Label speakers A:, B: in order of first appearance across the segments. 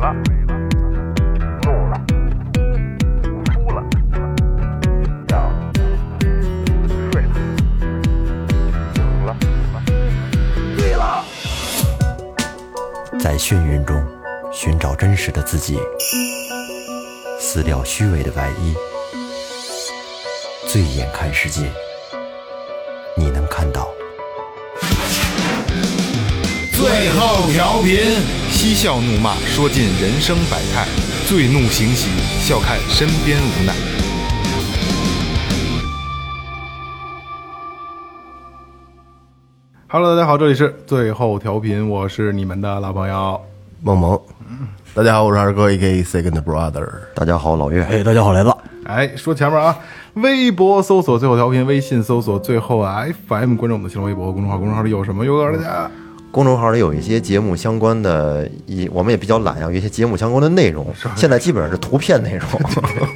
A: 了，怒了，哭了，笑了，睡了，醒了，醉了。
B: 在眩晕中寻找真实的自己，撕掉虚伪的外衣，醉眼看世界，你能看到。
C: 最后调频，嬉笑怒骂，说尽人生百态；醉怒行喜，笑看身边无奈。Hello，大家好，这里是最后调频，我是你们的老朋友。
D: 梦萌，大家好，我是二哥 A K Second Brother。
B: 大家好，老岳。
E: 哎，大家好，来了。
C: 哎，说前面啊，微博搜索最后调频，微信搜索最后啊 FM，关注我们的新浪微博和公众号，公众号里有什么？有告诉大家。
B: 公众号里有一些节目相关的，一我们也比较懒呀，啊有一些节目相关的内容，现在基本上是图片内容。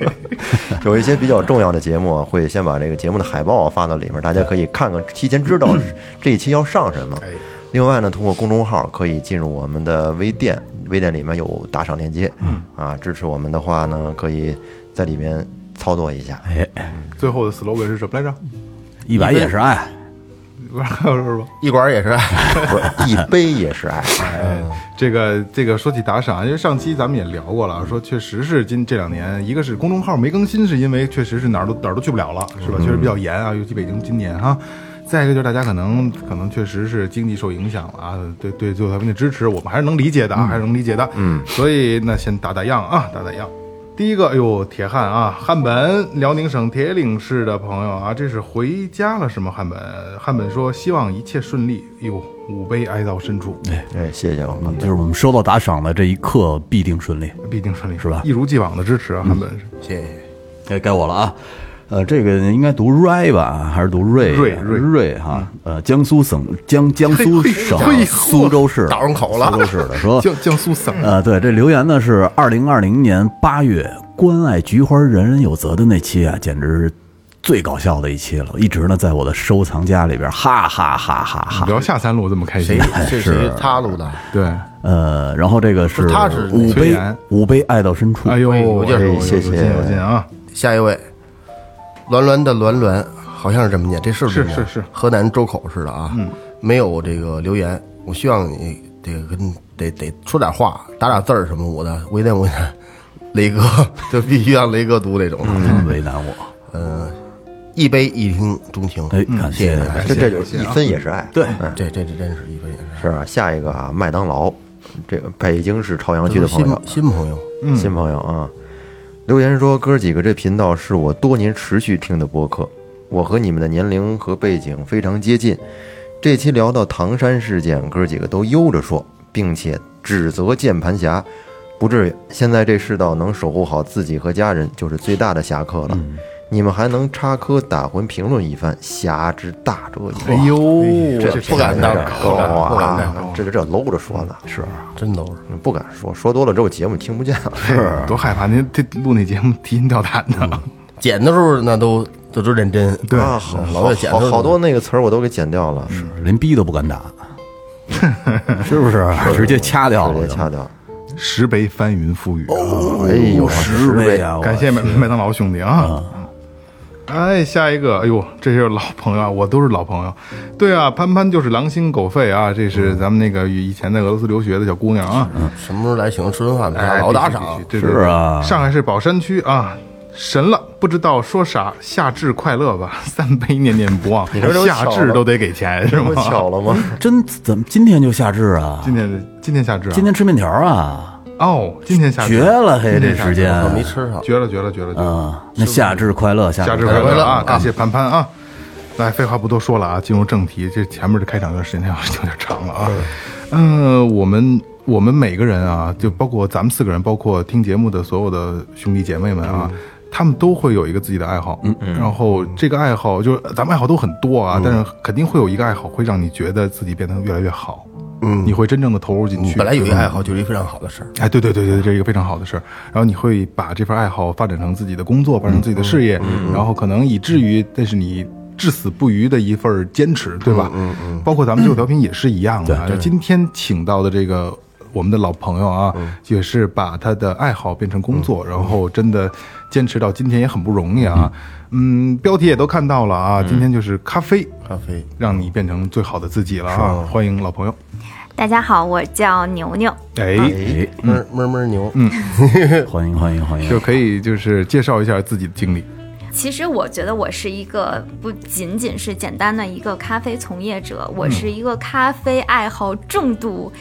B: 有一些比较重要的节目，会先把这个节目的海报发到里面，大家可以看看，提前知道这一期要上什么。另外呢，通过公众号可以进入我们的微店，微店里面有打赏链接。啊，支持我们的话呢，可以在里面操作一下。
E: 哎，
C: 最后的 slogan 是什么来着？
E: 一百也是爱，
C: 不知道是吧？
D: 一管也是爱，
B: 不是，一杯也是爱。
C: 这个这个说起打赏，因为上期咱们也聊过了，说确实是今这两年，一个是公众号没更新，是因为确实是哪儿都哪儿都去不了了，是吧？确实比较严啊，尤其北京今年哈。再一个就是大家可能可能确实是经济受影响了啊，对对，最后他们的支持我们还是能理解的啊，还是能理解的。嗯，所以那先打打样啊，打打样。第一个，哎呦，铁汉啊，汉本，辽宁省铁岭市的朋友啊，这是回家了是吗？汉本，汉本说希望一切顺利。哎呦，五杯哀悼深处，
B: 哎，谢谢我们。
E: 就是我们收到打赏的这一刻必定顺利。
C: 必定顺利
E: 是吧
C: 一如既往的支持啊，汉本是
D: 谢谢。
E: 该该我了啊。呃，这个应该读 rai 吧，还是读瑞
C: 瑞瑞
E: 瑞哈？呃，江苏省江江苏
C: 嘿嘿
E: 省
C: 嘿嚯
E: 苏州市
D: 倒上口了
E: 苏州市 的说，
C: 江江苏省
E: 呃，对，这留言呢是二零二零年八月关爱菊花人人有责的那期啊，简直是最搞笑的一期了，一直呢在我的收藏夹里边，哈哈哈哈哈。
C: 聊下三路这么开心哎
D: 谁，是谁他录的？
C: 对，
E: 呃，然后这个是
D: 不是他是
E: 五
C: 崔
E: 杯
C: 岩
E: 五杯爱到深处，
C: 哎呦，
D: 哎呦
C: 哎
D: 就是
C: 呦
B: 我谢
C: 有
B: 谢
C: 劲有劲啊！
D: 下一位，栾栾的栾栾，好像是这么念，这是不
C: 是
D: 是
C: 是是
D: 河南周口市的啊。嗯，没有这个留言，我希望你得跟得得说点话，打打字儿什么我的，为难为难雷哥， 就必须让雷哥读这种。
E: 真为难我。
D: 嗯，一杯一听钟情。
E: 哎，感谢
D: 谢谢大家
B: 这这就是一分也是爱。
E: 对
D: 这这这真是一杯也是。
B: 是啊，下一个啊，麦当劳，这个北京市朝阳区的朋友，
D: 嗯新新朋友，
B: 新朋友啊，留言说哥几个这频道是我多年持续听的播客，我和你们的年龄和背景非常接近。这期聊到唐山事件，哥几个都悠着说，并且指责键盘侠。不至于，现在这世道能守护好自己和家人，就是最大的侠客了。你们还能插科打诨评论一番，侠之大者也。
C: 哎呦，
D: 这不敢当
B: 这
D: 不敢不敢
B: 啊
D: 当！
B: 这这这搂着说呢，
D: 是真都是。
B: 不敢说，说多了之后节目听不见了。
C: 是多害怕！您这录那节目提心吊胆的，
D: 剪的时候那都都都认真，
C: 对
B: 啊，好
D: 嗯老
B: 好
D: 得剪
B: 好
D: 着
B: 好多那个词儿我都给剪掉了，
E: 连逼都不敢打，是不是？直接掐掉
B: 直
E: 了
B: 接
E: 就，
B: 掐掉。
C: 十杯翻云覆雨，啊
B: 哎呦，
E: 十倍哦啊！我
C: 感谢麦麦当劳兄弟啊！哎，下一个，哎呦，这些是老朋友啊，我都是老朋友。对啊，潘潘就是狼心狗肺啊，这是咱们那个以前在俄罗斯留学的小姑娘啊。
D: 什么时候来请吃顿饭？
C: 哎，
D: 老打
C: 必
D: 赏
C: 须，必须
E: 是啊
C: 上海市宝山区啊，神了，不知道说啥，夏至快乐吧， 三杯念念不忘，
B: 这都
C: 夏
B: 巧了
C: 至都得给钱是
B: 这
C: 吗
B: 不？巧了吗？
E: 真怎么今天就夏至啊？
C: 今天今天夏至啊
E: 今，天吃面条啊，
C: 哦，今天夏至
E: 绝了嘿！这时间
D: 我没吃上。
C: 绝了，绝了，绝了，绝了！
E: 啊，那夏至快乐，夏
C: 夏至
E: 快
C: 快
D: 快
C: 乐
D: 乐
C: 啊！
D: 啊
C: 感谢潘潘啊！来，废话不多说了啊，进入正题，这前面的开场有点时间 有点长了啊。嗯，我们我们每个人啊，就包括咱们四个人，包括听节目的所有的兄弟姐妹们啊。他们都会有一个自己的爱好，嗯嗯，然后这个爱好就是咱们爱好都很多啊，但是肯定会有一个爱好会让你觉得自己变得越来越好，嗯，你会真正的投入进去。嗯
D: 本来有一个爱好，就是一非常好的事儿。
C: 哎，对对对对，这是一个非常好的事儿。然后你会把这份爱好发展成自己的工作，发展成自己的事业，然后可能以至于这是你至死不渝的一份嗯儿坚持，对吧？嗯嗯。包括咱们这个调频也是一样的啊。就今天请到的这个。我们的老朋友啊，也是把他的爱好变成工作，然后真的坚持到今天也很不容易啊。嗯，标题也都看到了啊，今天就是咖啡，
D: 咖啡，
C: 让你变成最好的自己了啊！欢迎老朋友，
F: 大家好，我叫牛牛。
C: 哎，嗯
E: 哎，
D: 闷闷闷牛，
E: 欢迎欢迎欢
C: 就
E: 迎，
C: 可以就是介绍一下自己的经历。
F: 其实我觉得我是一个不仅仅是简单的一个咖啡从业者，我是一个咖啡爱好重度，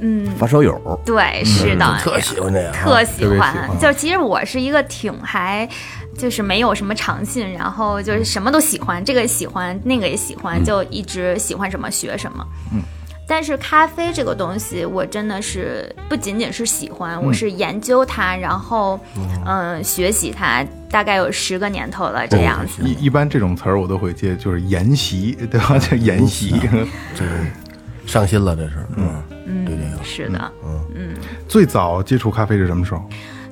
F: 嗯，
E: 发烧友，
F: 对，是的，
D: 嗯特喜欢这啊个，
F: 特喜
C: 特别喜
F: 欢
C: 欢。
F: 就是其实我是一个挺还，就是没有什么长性，然后就是什么都喜欢，这个也喜欢，那个也喜欢，就一直喜欢什么学什么。嗯。但是咖啡这个东西，我真的是不仅仅是喜欢，我是研究它，然后嗯、哦学习它，大概有十个年头了这样子。
E: 嗯
C: 一一般这种词儿我都会接，就是研习， 对
E: 啊
C: 吧？叫研习。
D: 上心了这是，嗯，对这个
F: 是的，
C: 最早接触咖啡是什么时候？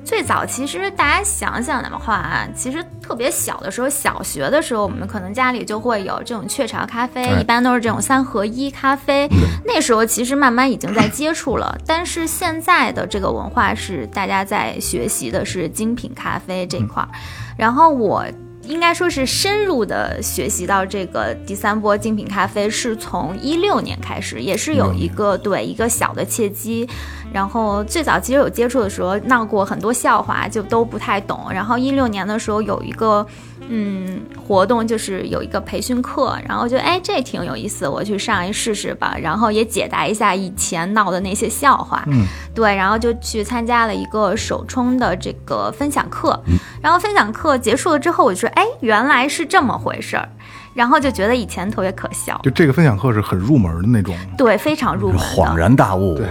F: 最早其实大家想想的话，其实特别小的时候，小学的时候，我们可能家里就会有这种雀巢咖啡，
C: 哎
F: 一般都是这种三合一咖啡。那时候其实慢慢已经在接触了，但是现在的这个文化是大家在学习的是精品咖啡这一块儿，然后我。应该说是深入的学习到这个第三波精品咖啡，是从一六年开始，也是有一个对一个小的契机。然后最早其实有接触的时候闹过很多笑话，就都不太懂。然后一六年的时候有一个。嗯，活动就是有一个培训课，然后我觉得哎这挺有意思，我去上一试试吧，然后也解答一下以前闹的那些笑话。嗯，对，然后就去参加了一个手冲的这个分享课，然后分享课结束了之后，我就说哎原来是这么回事儿，然后就觉得以前特别可笑，
C: 就这个分享课是很入门的那种，
F: 对，非常入门的，
E: 恍然大悟，
F: 对，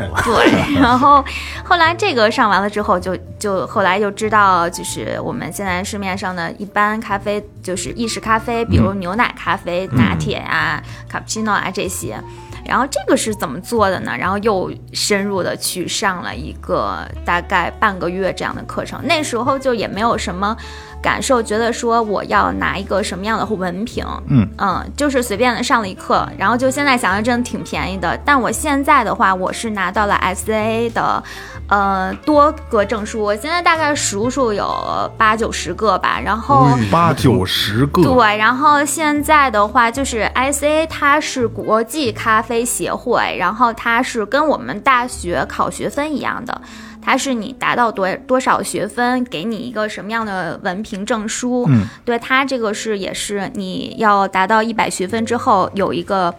F: 然后后来这个上完了之后就，就后来就知道，就是我们现在市面上的一般咖啡，就是意式咖啡，比如牛奶咖啡、拿铁啊、卡布奇诺啊这些。然后这个是怎么做的呢？然后又深入的去上了一个大概半个月这样的课程。那时候就也没有什么感受，觉得说我要拿一个什么样的文凭，嗯，就是随便的上了一课，然后就现在想想真的挺便宜的。但我现在的话，我是拿到了 SCA 的，呃，多个证书，我现在大概数数有八九十个吧。然后、
E: 哦
C: 八九十个，
F: 对，然后现在的话就是 ICA，它是国际咖啡协会，然后它是跟我们大学考学分一样的，它是你达到多多少学分，给你一个什么样的文凭证书。嗯，对，它这个是也是你要达到一百学分之后有一个，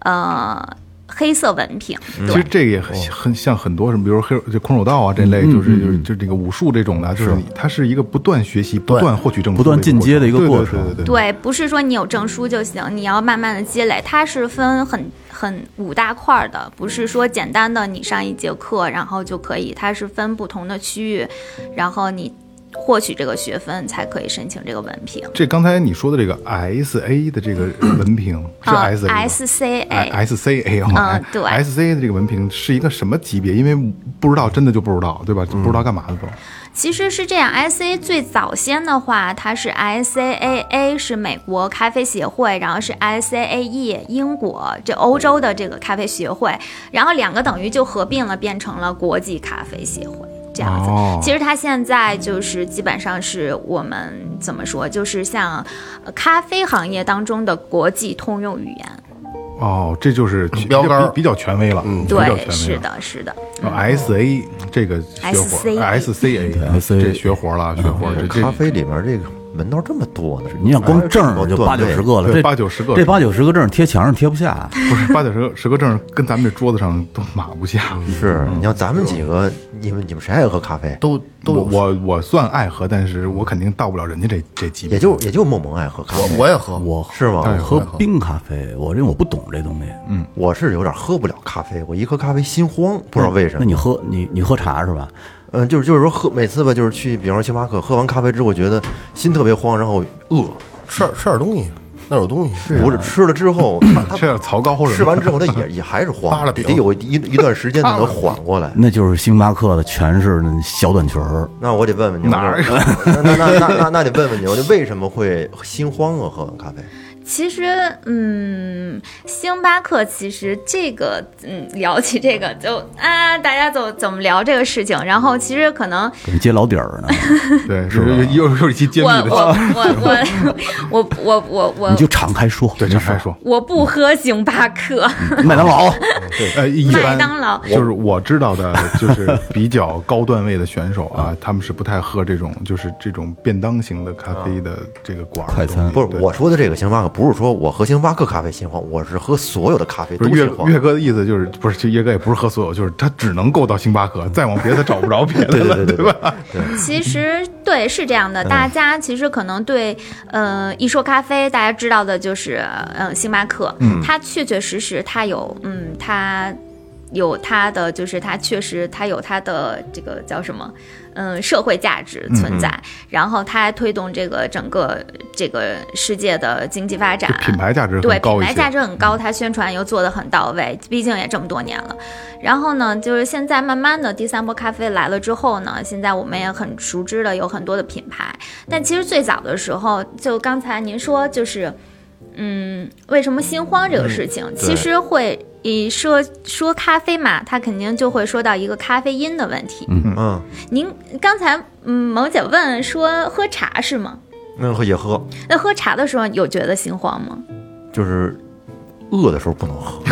F: 呃。黑色文凭，
C: 其实这个也
E: 哦
C: 很很像很多什么，比如黑就空手道啊这类，
E: 嗯
C: 就是就是就这个武术这种的，就是你它是一个不断学习、不断获取证书、
E: 不断进阶的一个过程
C: 对对对对对。
F: 对，不是说你有证书就行，你要慢慢的积累。它是分很很五大块儿的，不
C: 嗯
F: 是说简单的你上一节课然后就可以，它是分不同的区域，然后你获取这个学分才可以申请这个文凭。
C: 这刚才你说的这个 S A 的这 个文凭是
F: 啊
C: S A 吗啊
F: SCA，
C: S C A 哎
F: 嗯对
C: S C A 的这个文凭是一个什么级别？因为不知道，真的就不知道，对吧？不知道干嘛的都。
F: 其实是这样，ICA 最早先的话，它是 ICAA 是美国咖啡协会，然后是 ICAE E 英国这欧洲的这个咖啡协会，然后两个等于就合并了，变成了国际咖啡协会。这样子，
C: 哦
F: 其实它现在就是基本上是我们怎么说，就是像呃咖啡行业当中的国际通用语言。
C: 哦，这就是比
D: 标杆儿
C: 比比较权威了，嗯，比较权威
F: 对，
C: 了。哦
F: 是的，是的。
C: S A 这个学活
F: SCA
C: ，S C A 嗯这学活了，学活这这
B: 咖啡里面这个门道这么多呢？哎
E: 你想光证儿就八九十个了，
C: 对
E: 这
C: 80个
E: 这八九十个证儿贴墙上贴不下，
C: 不是八九十个十个证，跟咱们这桌子上都码不下。
B: 是，你像咱们几个，你们你们谁爱喝咖啡？
D: 都都
C: 我我我算爱喝，但是我肯定到不了人家这这级别
B: 也。就也就梦萌爱喝咖
D: 我
B: 啡，
D: 我也喝，
E: 我
B: 是吗？哎
E: 喝冰咖啡，我因为我不懂这东西，嗯，
B: 我是有点喝不了咖啡，我一喝咖啡心慌，不知道为什
E: 那
B: 么。
E: 你喝你你喝茶是吧？
B: 嗯，就是就是说喝每次吧，就是去，比方说星巴克，喝完咖啡之后，我觉得心特别慌，然后饿，
D: 吃点吃点东西，那有东西，
B: 不是吃了之后，它
C: 这糟糕或者
B: 吃完之后它也也还是慌，
D: 扒了饼
B: 得有一一段时间才能缓过来。
E: 那就是星巴克的全是那小短裙儿，
B: 那我得问问你，
C: 哪儿
B: 我就那那那那那那得问问你，我就为什么会心慌啊？喝完咖啡，
F: 其实，嗯，星巴克其实这个，嗯，聊起这个就啊，大家怎怎么聊这个事情？然后其实可能
E: 给人揭老底儿 呢，
C: 对，是又又是一期揭秘
F: 我
C: 的，
F: 我我我我我我
E: 你就
F: 我
E: 敞开说，
C: 对，
E: 没
C: 展
E: 事
C: 开
E: 儿，
C: 说，
F: 我不喝星巴克，
E: 麦 当劳，
C: 呃，一
F: 麦
C: 般
F: 当劳
C: 就是我知道的，就是比较高段位的选手啊，他们是不太喝这种就是这种便当型的咖啡的这个馆儿
E: 快餐
C: 的东西
B: 不是
C: 对
B: 我说的这个星巴克，不是说我喝星巴克咖啡心慌，我是喝所有的咖啡
C: 不
B: 都
C: 是
B: 心
C: 岳
B: 慌。
C: 岳哥的意思就是不是？其实岳哥也不是喝所有，就是他只能够到星巴克，再往别的找不着别的
B: 对
C: 了，
B: 对对对
C: 吧？
F: 其实对是这样
C: 嗯
F: 的，大家其实可能对，呃，一说咖啡，大家知道的就是，嗯、星巴克，它确确实实它有，嗯，它有它的，就是它确实它有它的这个叫什么，嗯，社会价值存在，然后它还推动这个整个这个世界的经济发展
C: 就，品牌价值
F: 对，
C: 很
F: 品
C: 高一
F: 牌价
C: 些。嗯
F: 值很高，它宣传又做得很到位，毕竟也这么多年了。然后呢，就是现在慢慢的第三波咖啡来了之后呢，现在我们也很熟知的有很多的品牌，但其实最早的时候，就刚才您说就是。嗯，为什么心慌这个
C: 嗯
F: 事情，其实会以说说咖啡嘛，它肯定就会说到一个咖啡因的问题。
B: 嗯，
F: 您刚才嗯，萌姐问说喝茶是吗？
B: 那喝也喝，
F: 那喝茶的时候有觉得心慌吗？
B: 就是饿的时候不能喝，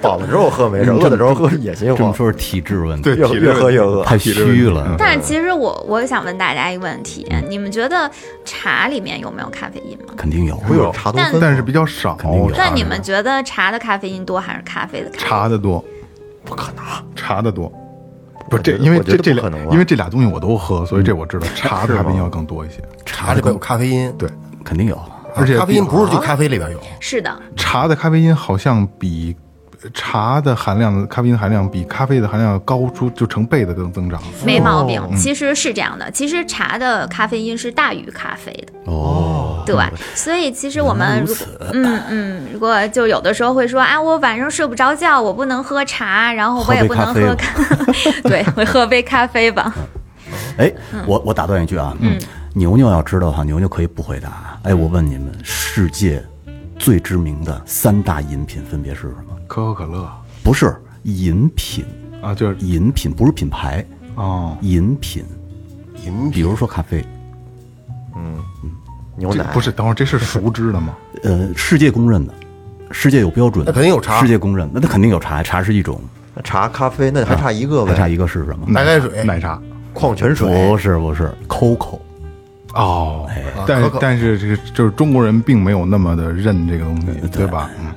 B: 饱了之后喝没事，饿的时候喝也心
E: 这么
B: 慌，
E: 说是体质问题，
C: 对，
B: 越
C: 体
B: 越
C: 力
B: 喝越饿。
E: 太虚了
C: 嗯。
F: 但是其实我我想问大家一个问题，你们觉得茶里面有没有咖啡因吗？
E: 肯定有，
C: 嗯
B: 不有茶多
F: 但
B: 酚，
C: 但是比较少，
E: 肯定有
F: 那你
B: 啊
F: 们觉得茶的咖啡因多还是咖啡的咖啡因？
C: 查的多，
B: 不可能，
C: 查的多。不
B: 我
C: 是这，
B: 觉得
C: 因为
B: 我觉
C: 这
B: 得
C: 这
B: 不可
C: 俩
B: 能，吧啊嗯
C: 因为这俩东西我都喝，所以这我知道，茶
B: 是
C: 咖啡因
B: 吗
C: 要更多一些。
D: 茶里边有咖啡因，
C: 对，
E: 肯定有。
C: 而且啊
D: 咖啡因不是就咖啡里边有，
F: 是的，
C: 茶的咖啡因好像比呃茶的含量，咖啡因含量比咖啡的含量要高出就成倍的增增长。
F: 没毛病。其实是这样的，其实茶的咖啡因是大于咖啡的。
E: 哦，
F: 对，所以其实我们如果，嗯嗯，如果就有的时候会说啊，我晚上睡不着觉，我不能喝茶，然后我也不能喝咖， 对，我喝杯咖啡吧。
E: 哎，我我打断一句啊，嗯，牛牛要知道的话，牛牛可以不回答。哎，我问你们，世界最知名的三大饮品分别是什么？
C: 可口可乐
E: 不是饮品，
C: 啊，就是
E: 饮品不是品牌，
C: 哦，
E: 饮品，
D: 饮
E: 比如说咖啡，
B: 牛
C: 这
B: 奶
C: 不是，等会儿这是熟知的吗？
E: 呃，世界公认的，世界有标准的，
D: 那肯定有茶
E: 世界公认，那它肯定有茶，茶是一种，
B: 茶咖啡，那还差一个
E: 还
B: 呗，
E: 差一个是什么？
D: 白开水、
C: 奶茶
B: 矿泉水
E: 不是不是，COCO，
C: 哦，但
D: 哎可口
C: 但是这个就是中国人并没有那么的认这个东西，对吧？嗯，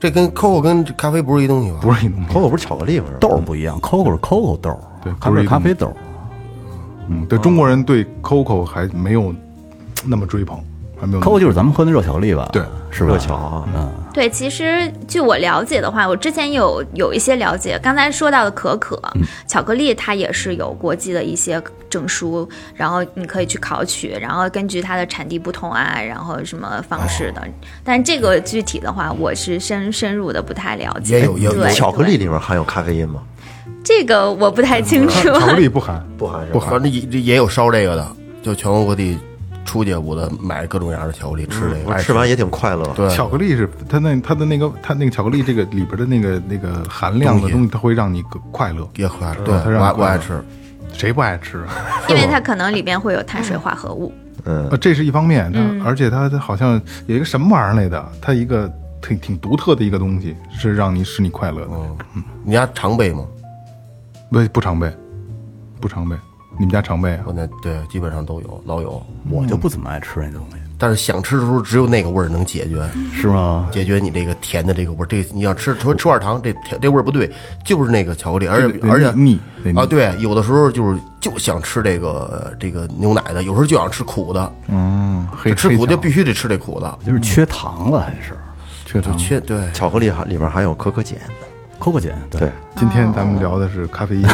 D: 这跟 COCO 跟咖啡不是一东西吧？
C: 不是一种，
B: 可口不是巧克力吗？
E: 豆儿不一样，COCO 是 COCO 豆儿，
C: 对
E: 咖
C: 不是
E: 啡是
C: 一
E: 咖
C: 种
E: 啡豆儿，
C: 嗯，
D: 哦
C: 对中国人对 COCO 还没有那么追捧，还没有那么
E: ，COCO 就是咱们喝那热巧克力吧？
C: 对，
E: 是吧？嗯
B: 热巧啊，
F: 对，其实据我了解的话，我之前有有一些了解，刚才说到的可可、巧克力，它也是有国际的一些证书，然后你可以去考取，然后根据它的产地不同啊，然后什么方式的。但这个具体的话，我是深深入的不太了解。
D: 也有也有
F: 对
B: 巧克力里
F: 对
B: 面含有咖啡因吗？
F: 这个我不太清 楚。
C: 巧克力不含，
B: 不含是吧
C: 不
D: 反
C: 含。
D: 正也这也有烧这个的，就全国各地出去，我的买各种各样的巧克力吃
C: 嗯
D: 这
B: 我
D: 个，
B: 吃完也挺快乐。
D: 对
C: 巧克力是它那它的那个它那个巧克力这个里边的那个那个含量的
D: 东西
C: 东西，它会让你更快乐。
D: 也喝，对，
C: 它
D: 我
C: 让
D: 爱
C: 你
D: 我
C: 嗯快
D: 爱
C: 乐
D: 吃。
C: 谁不爱吃啊？
F: 因为它可能里边会有碳水化合物。
B: 嗯
C: 呃，，这是一方面，它
F: 嗯
C: 而且它它好像有一个什么玩意儿来的，它一个挺挺独特的一个东西，是让你使你快乐的。
D: 你家常备吗？
C: 不不常备，不常备。你们家常备啊
D: 我？那对，基本上都有，老有。
E: 我就不怎么爱吃那东西，
D: 但是想吃的时候，只有那个味儿能解决，
E: 是吗？
D: 解决你这个甜的这个味儿。这个你要吃吃吃块糖，这甜这味儿不对，就是那个巧克力，而且
C: 对
D: 而且
C: 腻对腻
D: 啊，对，有的时候就是就想吃这个这个牛奶的，有时候就想吃苦的，
C: 嗯，黑
D: 吃苦
C: 黑巧
D: 就必须得吃这苦的，
E: 就是缺糖了还是
C: 缺糖。
D: 缺对。
B: 巧克力含里面含有可可碱，
E: ？COCO 姐，
B: 对，，
C: 今天咱
F: 哦
C: 们聊的是咖啡因，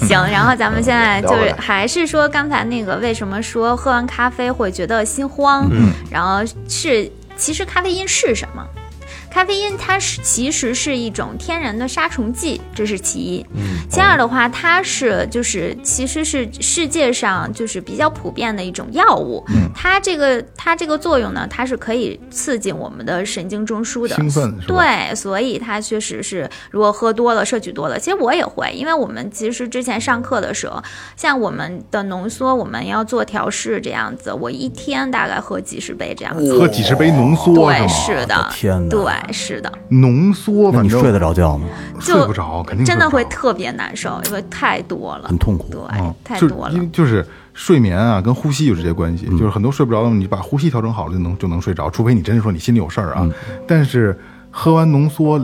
F: 行，然后咱们现在就
B: 聊回
F: 是
B: 来
F: 还是说刚才那个，为什么说喝完咖啡会觉得心慌？嗯，然后是其实咖啡因是什么？咖啡因它是其实是一种天然的杀虫剂，这是其一。
C: 嗯
F: 其二的话，它是就是其实是世界上就是比较普遍的一种药物，
C: 嗯
F: 它这个它这个作用呢，它是可以刺激我们的神经中枢的
C: 兴奋是吧
F: 对，所以它确实是如果喝多了、摄取多了，其实我也会，因为我们其实之前上课的时候，像我们的浓缩，我们要做调试这样子，我一天大概喝几十杯这样子。
C: 喝几十杯浓缩
F: 对，
C: 是吗？
F: 是的，
E: 天哪
F: 对，是的，
C: 浓缩，
E: 那
C: 反
E: 你
C: 正
E: 睡得着觉吗？
C: 睡不着，肯定
F: 真的
C: 睡
F: 会
C: 不着
F: 特别难受，因为太多了，
E: 很痛苦
F: 对，
C: 嗯
F: 太
C: 就
F: 多了
C: 因。为就是睡眠啊，跟呼吸有直接关系。就是很多睡不着的，你把呼吸调整好了，就能就能睡着。除非你真是说你心里有事儿啊。但是喝完浓缩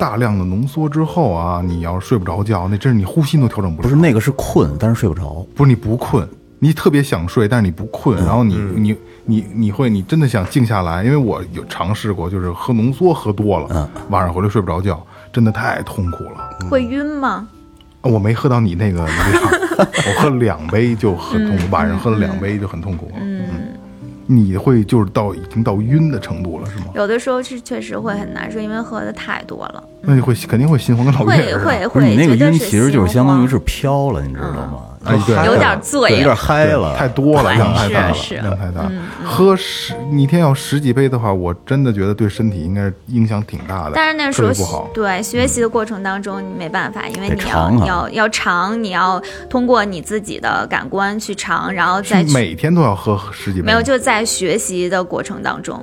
C: 大量的浓缩之后啊，你要睡不着觉，那真是你呼吸都调整不
E: 不
C: 上
E: 是那个是困，但是睡不着。
C: 不是你不困，你特别想睡，嗯但是你不困，然后你、你你你会你真的想静下来，因为我有尝试过，就是喝浓缩喝多了，晚上回来睡不着觉，真的太痛苦了。
F: 会晕吗？
C: 我没喝到你那个一 样，我喝了两杯就很痛苦，
F: 嗯
C: 晚上喝了两杯就很痛苦。嗯，你会就是到已经到晕的程度了，是吗？
F: 有的时候是确实会很难受，因为喝的太多了。
C: 那你会肯定会心慌跟老
F: 会
C: 岳似的。
F: 会
E: 哦不是
F: 会，
E: 你那个
F: 绝对
E: 晕，其实就是相当于
F: 心
E: 是飘了，你知道吗？
C: 哎对
E: 嗨
F: 有点
E: 了
F: 醉
E: 对有点
F: 了
E: 嗨了，哎
C: 太多了，
F: 对
C: 量太大了
F: 是，是嗯
C: 量太大了。喝十你一天要十几杯的话，我真的觉得对身体应该是影响挺大的，
F: 慌。但是那时
C: 特
F: 候
C: 别不好。
F: 对学习的过程当中，你没办法，因为
E: 得
F: 你要
E: 嗯尝啊
F: 要要尝，你要通过你自己的感官去尝，然后再
C: 是
F: 去
C: 每天都要喝十几杯吗，
F: 没有就在学习的过程当中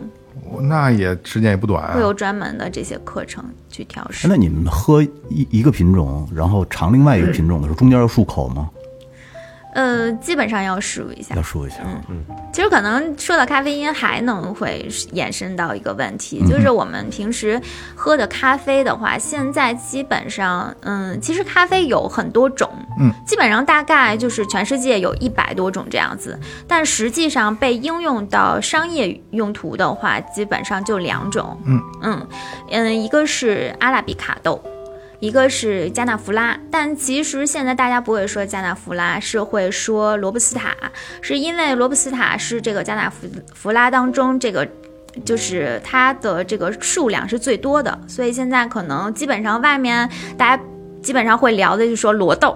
C: 那也时间也不短啊
F: 会。有专门的这些课程去调
E: 哎
F: 试。
E: 那你们喝一一个品种，然后尝另外一个品种的时候，中间要漱口吗？
F: 呃，基本上要试一下
E: 要。漱一下。
F: 其实可能说到咖啡因，还能会延伸到一个问题，
C: 嗯
F: 就是我们平时喝的咖啡的话，现在基本上，嗯，其实咖啡有很多种，
C: 嗯，
F: 基本上大概就是全世界有一百多种这样子，但实际上被应用到商业用途的话，基本上就两种，
C: 嗯
F: 嗯嗯，一个是阿拉比卡豆，一个是加纳福拉，但其实现在大家不会说加纳福拉，是会说罗布斯塔，是因为罗布斯塔是这个加纳福福拉当中这个。就是它的这个数量是最多的，所以现在可能基本上外面大家基本上会聊的就是说罗豆，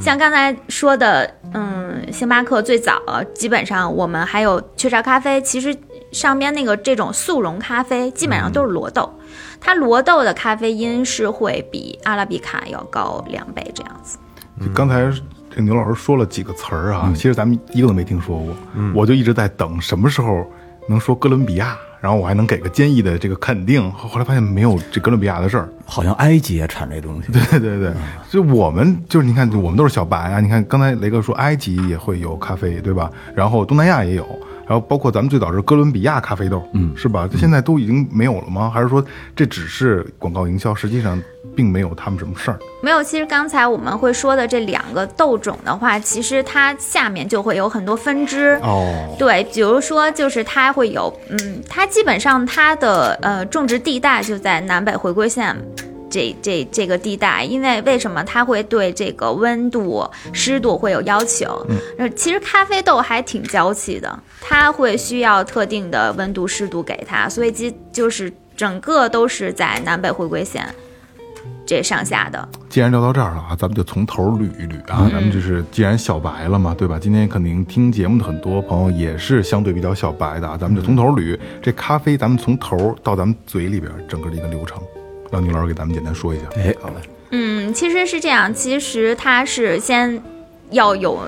F: 像刚才说的，嗯，星巴克最早基本上我们还有雀巢咖啡，其实上边那个这种速溶咖啡基本上都是罗豆，它罗豆的咖啡因是会比阿拉比卡要高两倍这样子。
C: 就刚才这牛老师说了几个词儿啊，其实咱们一个都没听说过，我就一直在等什么时候能说哥伦比亚，然后我还能给个坚毅的这个肯定。后后来发现没有这哥伦比亚的事儿，
E: 好像埃及也产这东西，
C: 对对对，就我们就是你看，我们都是小白啊。你看刚才雷哥说埃及也会有咖啡，对吧？然后东南亚也有，然后包括咱们最早是哥伦比亚咖啡豆，嗯，是吧？这现在都已经没有了吗？还是说这只是广告营销，实际上并没有他们什么事儿？
F: 没有，其实刚才我们会说的这两个豆种的话，其实它下面就会有很多分支。
C: 哦，
F: 对，比如说就是它会有，嗯，它基本上它的呃种植地带就在南北回归线。这这这个地带，因为为什么它会对这个温度、湿度会有要求？呃，其实咖啡豆还挺娇气的，它会需要特定的温度、湿度给它，所以基就是整个都是在南北回归线这上下的。
C: 既然聊到这儿了啊，咱们就从头捋一捋啊。
F: 嗯
C: 咱们就是既然小白了嘛，对吧？今天肯定听节目的很多朋友也是相对比较小白的啊，咱们就从头
F: 嗯
C: 捋。这咖啡，咱们从头到咱们嘴里边整个的一个流程，让牛老师给咱们简单说一下。
E: 哎，
F: 嗯，其实是这样，其实它是先要有。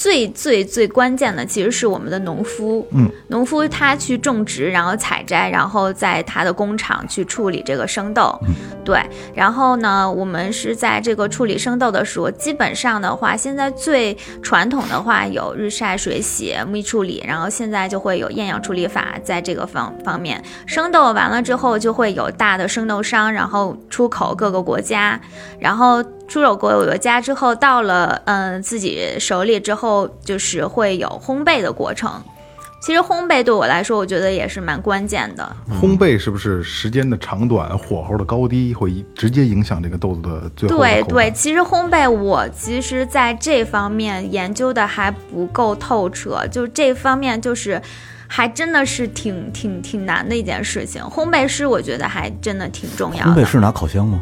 F: 最最最关键的其实是我们的农夫，嗯，农夫他去种植，然后采摘，然后在他的工厂去处理这个生豆，对。然后呢，我们是在这个处理生豆的时候，基本上的话，现在最传统的话有日晒、水洗、密处理，然后现在就会有厌氧处理法在这个方方面。生豆完了之后，就会有大的生豆商，然后出口各个国家，然后出手国有了家之后，到了嗯自己手里之后，就是会有烘焙的过程。其实烘焙对我来说，我觉得也是蛮关键的。
C: 烘焙是不是时间的长短、火候的高低，会直接影响这个豆子的最后的
F: 对
C: 口
F: 对，
C: 感？
F: 其实烘焙我其实在这方面研究的还不够透彻，就这方面就是还真的是挺挺挺难的一件事情。烘焙师我觉得还真的挺重要
E: 烘焙
F: 的，
E: 是拿烤箱吗？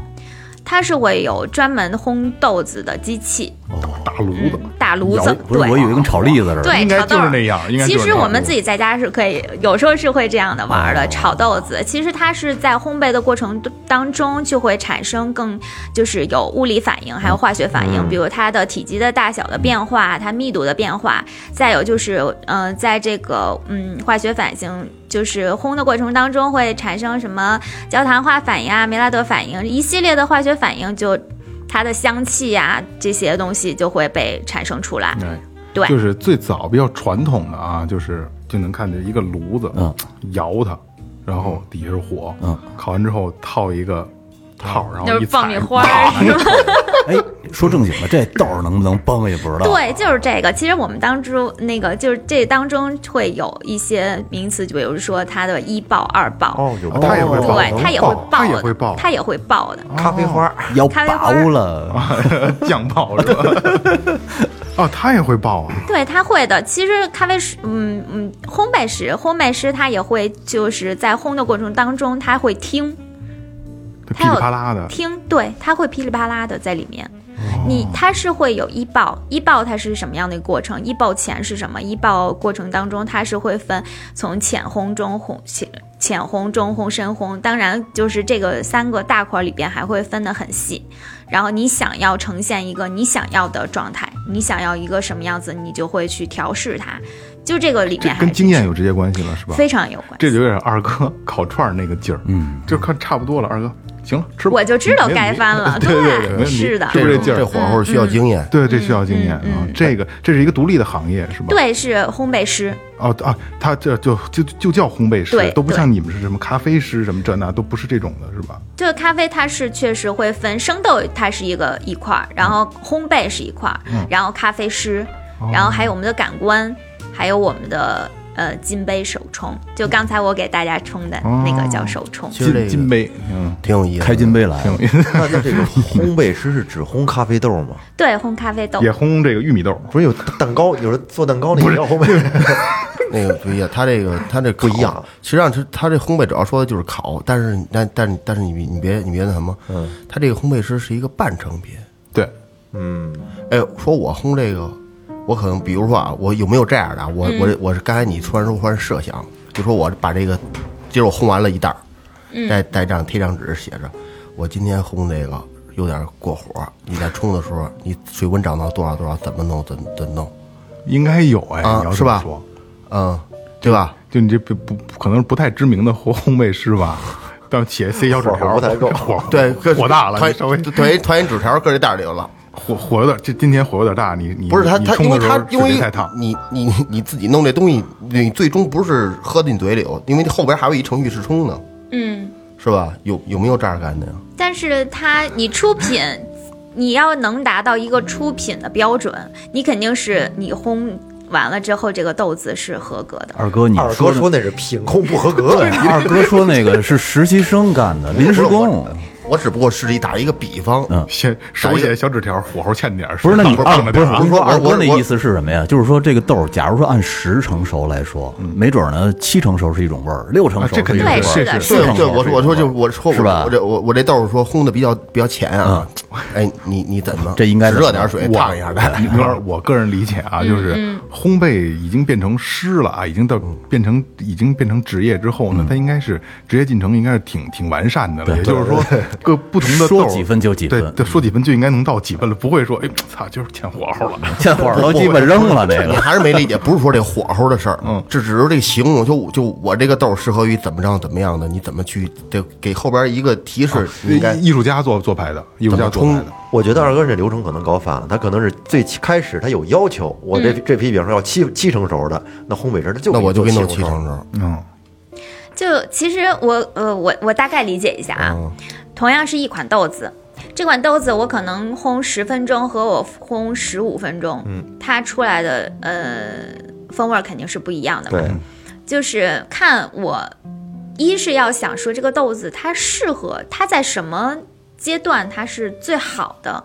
F: 它是会有专门烘豆子的机器，
C: 大炉子，
F: 大炉
C: 窑
F: 子，
E: 不是，
F: 呃对
E: 我以为跟炒栗子似的。
F: 对，
C: 应该
F: 炒豆
C: 就是
F: 儿
C: 那样应该就
F: 其
C: 是
F: 实
C: 那样
F: 我们自己在家是可以，有时候是会这样的玩儿
C: 哦
F: 的，炒豆子。其实它是在烘焙的过程当中就会产生更就是有物理反应，还有化学反
C: 嗯
F: 应，比如它的体积的大小的变化，它密度的变化，再有就是嗯、呃在这个嗯化学反应。就是烘的过程当中会产生什么焦糖化反应啊、梅拉德反应一系列的化学反应就，它的香气呀、这些东西就会被产生出来。
C: 哎，
F: 对
C: 就是最早比较传统的啊，就是就能看见一个炉子，
E: 嗯，
C: 摇它，然后底下是火，
E: 嗯，
C: 烤完之后套一个套，然后
F: 就是
C: 一
F: 爆
C: 踩
F: 米花
C: 啪
F: 儿是吧？
E: 哎，说正经的，这豆儿能不能崩也不知道。
F: 对，就是这个。其实我们当初那个就是这当中会有一些名词，就比如说它的一爆、二爆，
B: 哦，有
C: 啊它也会爆哦
F: 对，它也会
C: 它
F: 的
C: 也会爆哦
F: 它也会爆的。
B: 咖啡花，
E: 要
F: 咖啡
E: 爆
F: 花
E: 了，
C: 酱爆 是吧？哦，它也会爆啊！
F: 对，它会的。其实咖啡师，嗯嗯，烘焙师，烘焙师他也会，就是在烘的过程当中，他会听
C: 它噼
F: 它有
C: 里啪啦的，
F: 听，对，它会噼里啪啦的在里
C: 哦
F: 面。你它是会有一爆，一爆它是什么样的一个过程？一爆前是什么？一爆过程当中，它是会分从浅烘、中烘、浅浅烘、中烘、深烘。当然，就是这个三个大块里边还会分得很细。然后你想要呈现一个你想要的状态，你想要一个什么样子，你就会去调试它。就这个里
C: 这
F: 面还
C: 跟
F: 是
C: 经验有直接关系了，是吧？
F: 非常有关系。
C: 这就有点二哥烤串儿那个劲儿，嗯，就看差不多了，二哥，行了，吃吧。
F: 我就知道
C: 没问题
F: 该翻 了
C: 对对
F: 对
C: 对，
F: 是的
C: 是不是这劲
D: 这
C: 儿？
D: 火候需要经验，
C: 对，这需要经验
F: 嗯嗯
C: 啊。这个这是一个独立的行业，是吧？。
F: 对，是烘焙师。
C: 哦啊，他这就就就叫烘焙师
F: 对，
C: 都不
F: 对
C: 像你们是什么咖啡师什么这那，都不是这种的，是吧？
F: 就是咖啡，它是确实会分生豆，它是一个一块儿，然后烘焙是一块儿，然后咖啡师，然后还有我们的感官，还有我们的呃金杯手冲，就刚才我给大家冲的那个叫手冲。
D: 其实这
C: 金
D: 个
C: 金杯，
F: 哦
C: 嗯，
D: 挺有意思的。
E: 开金杯来，
B: 那那这个烘焙师是只烘咖啡豆吗？
F: 对，烘咖啡豆
C: 嗯也烘这个玉米豆，
B: 不是有蛋糕，有人做蛋糕的也要烘焙，
D: 那个不一样，他这个他这不
B: 不一样。
D: 其实上他他这烘焙主要说的就是烤，但是但但是但是你别你别你别那什么，嗯，他这个烘焙师是一个半成品。
C: 对，
D: 哎，说我烘这个，我可能比如说啊，我有没有这样的啊？我我我是刚才你突然说忽然设想，就说我把这个，今儿我烘完了一袋儿，再再这样贴张纸写着，我今天烘这个有点过火，你在冲的时候，你水温涨到多少多少，怎么弄怎么怎么弄，
C: 应该有哎，
D: 啊
C: 你要
D: 是
C: 这么
D: 吧
C: 说，
D: 嗯，对吧？
C: 就你这不不可能不太知名的烘 烘焙师吧？但写写小纸条
B: 火候不太够
C: 火
D: 对，各
C: 火大了，
D: 团
C: 你稍微
D: 团一团一纸条搁这袋儿里有了。
C: 火火有点，这今天火有点大，你你
D: 不是他
C: 你
D: 他，
C: 冲
D: 因为
C: 的时候
D: 他因为
C: 水太烫，
D: 你你你自己弄这东西，你最终不是喝进嘴里头，因为后边还有一程序试冲呢，
F: 嗯，
D: 是吧？有有没有这样干的呀？
F: 但是它你出品。你要能达到一个出品的标准，你肯定是你烘完了之后，这个豆子是合格的。
E: 二哥，你
B: 二
E: 说
B: 哥
E: 的
B: 说那是品控不合格，
E: 对， 二哥说那个是实习生干的，临时工。
D: 我只不过是一打一个比方，
E: 嗯
C: 写手写小纸条，火候欠点儿，
E: 不是，那你
C: 水
E: 啊
C: 烫着
E: 不
C: 点
E: 是，
C: 儿啊
E: 我跟你说，
D: 我
E: 二哥
D: 我
E: 那
D: 我
E: 意思是什么呀？就是说，这个豆儿，假如说按十成熟来说，没准儿呢，七成熟是一种味儿，六成
C: 啊
E: 熟
C: 这肯
E: 一
C: 定
E: 种味
F: 对，
E: 儿，
F: 是
C: 是
F: 的，
C: 是
F: 是的
D: 对，。对，我说我说就我说我
E: 是吧嗯
D: 我这我我这豆儿说烘的比较比较浅啊，哎，你你怎么
E: 这应该怎么
D: 热点水
C: 我
D: 烫一下再来？
C: 你说我个人理解啊，就是烘焙已经变成师了啊，已经到变成已经变成职业之后呢，它应该是职业进程应该是挺挺完善的了。也就是说，各不同的
E: 说
C: 豆儿
E: 几分就几分
C: 对对，说几分就应该能到几分了，不会说哎操，就是欠火候了。
E: 欠火儿都鸡巴扔了这个。
D: 你还是没理解，不是说这火候的事儿，嗯，这只是这形容，就就我这个豆儿适合于怎么着怎么样的，你怎么去得给后边一个提
E: 啊
D: 示，你应该
C: 艺术家做做牌的，艺术家做牌
D: 怎么
C: 的，
B: 我觉得二哥这流程可能搞反了，他可能是最起开始他有要求，我这这批比如说要七七成熟的，嗯那烘焙师他就
D: 那我就给你弄七
B: 七
D: 成
B: 熟。
D: 熟。
C: 嗯，
F: 就其实我呃我我大概理解一下啊，同样是一款豆子，这款豆子我可能烘十分钟和我烘十五分钟，嗯，它出来的呃风味儿肯定是不一样的嘛。
B: 对，
F: 就是看我一是要想说这个豆子它适合它在什么阶段它是最好的，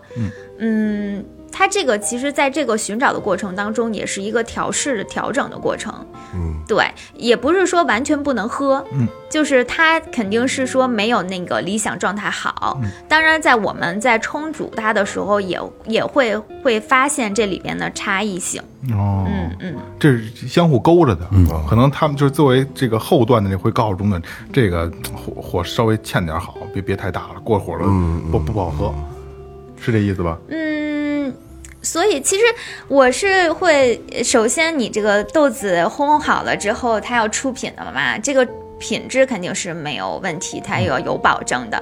F: 嗯它这个其实在这个寻找的过程当中，也是一个调试、调整的过程。
D: 嗯，
F: 对，也不是说完全不能喝，
C: 嗯，
F: 就是它肯定是说没有那个理想状态好。当然，在我们在冲煮它的时候也，也会会发现这里边的差异性。
C: 哦，
F: 嗯嗯，
C: 这是相互勾着的，
E: 嗯
C: 可能他们就是作为这个后段的那回告诉中的这个火火稍微欠点好，别别太大了，过火了
E: 嗯
C: 不不好喝，是这意思吧？
F: 嗯，所以其实我是会，首先你这个豆子烘好了之后，它要出品的嘛，这个品质肯定是没有问题，它要有保证的。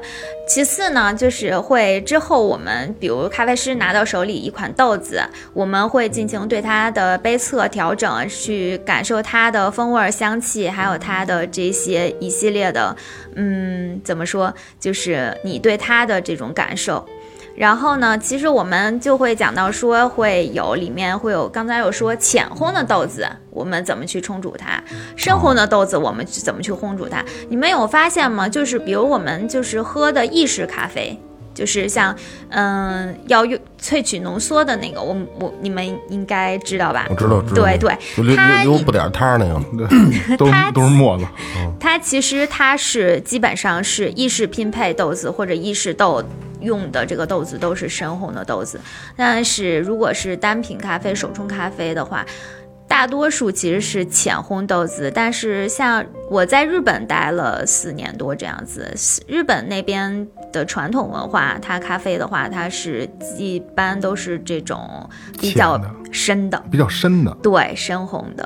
F: 其次呢，就是会之后我们比如咖啡师拿到手里一款豆子，我们会进行对它的杯测调整，去感受它的风味儿、香气，还有它的这些一系列的，嗯，怎么说，就是你对它的这种感受。然后呢，其实我们就会讲到说，会有里面会有刚才有说浅烘的豆子，我们怎么去冲煮它；深烘的豆子，我们去怎么去烘煮它。你们有发现吗？就是比如我们就是喝的意式咖啡，就是像嗯要用萃取浓缩的那个，我我你们应该知道吧？
D: 我知道，知道
F: 嗯对对
D: 就留
F: 它
D: 留留不点儿汤儿那个，
C: 都是
F: 嗯他
C: 都是沫子，
F: 它其实它是基本上是意式拼配豆子或者意式豆用的这个豆子都是深红的豆子，但是如果是单品咖啡、手冲咖啡的话，大多数其实是浅烘豆子。但是像我在日本待了四年多这样子，日本那边的传统文化，它咖啡的话，它是一般都是这种比较
C: 浅的
F: 深的，
C: 比较深的
F: 对，深红的，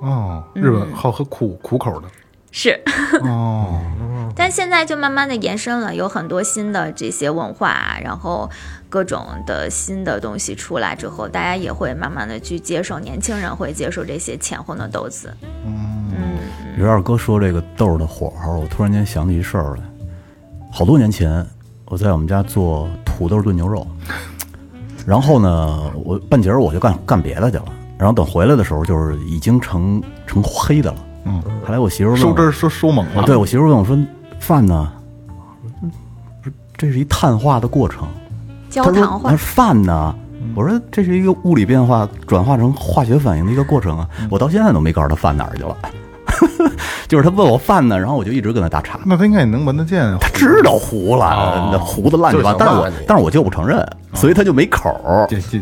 C: 哦。
F: 嗯
C: 日本好喝苦苦口的
F: 是。
C: 哦，
F: 但现在就慢慢的延伸了，有很多新的这些文化，啊然后各种的新的东西出来之后，大家也会慢慢的去接受，年轻人会接受这些浅红的豆子。
E: 于二哥说这个豆儿的火候，我突然间想起一事儿来。好多年前，我在我们家做土豆炖牛肉，然后呢，我半截儿我就干干别的去了。然后等回来的时候，就是已经成成黑的了。
C: 嗯，
E: 后来我媳妇儿问
C: 收
E: 我
C: 汁儿收收猛
E: 啊，
C: 了，
E: 对我媳妇儿问我说：“饭呢？”我说：“这是一碳化的过程。”
F: 焦
E: 他说
F: 糖：“
E: 那
F: 化
E: 饭呢？”我说：“这是一个物理变化转化成化学反应的一个过程啊！我到现在都没告诉他饭哪儿去了。 就是他问我饭呢，然后我就一直跟他打岔。
C: 那他应该也能闻得见。
E: 他知道糊了，那糊的烂七八，
D: 就是想
E: 但是
D: 骂
E: 我
D: 你
E: 但是我就不承认，所以他就没口儿。
C: 这这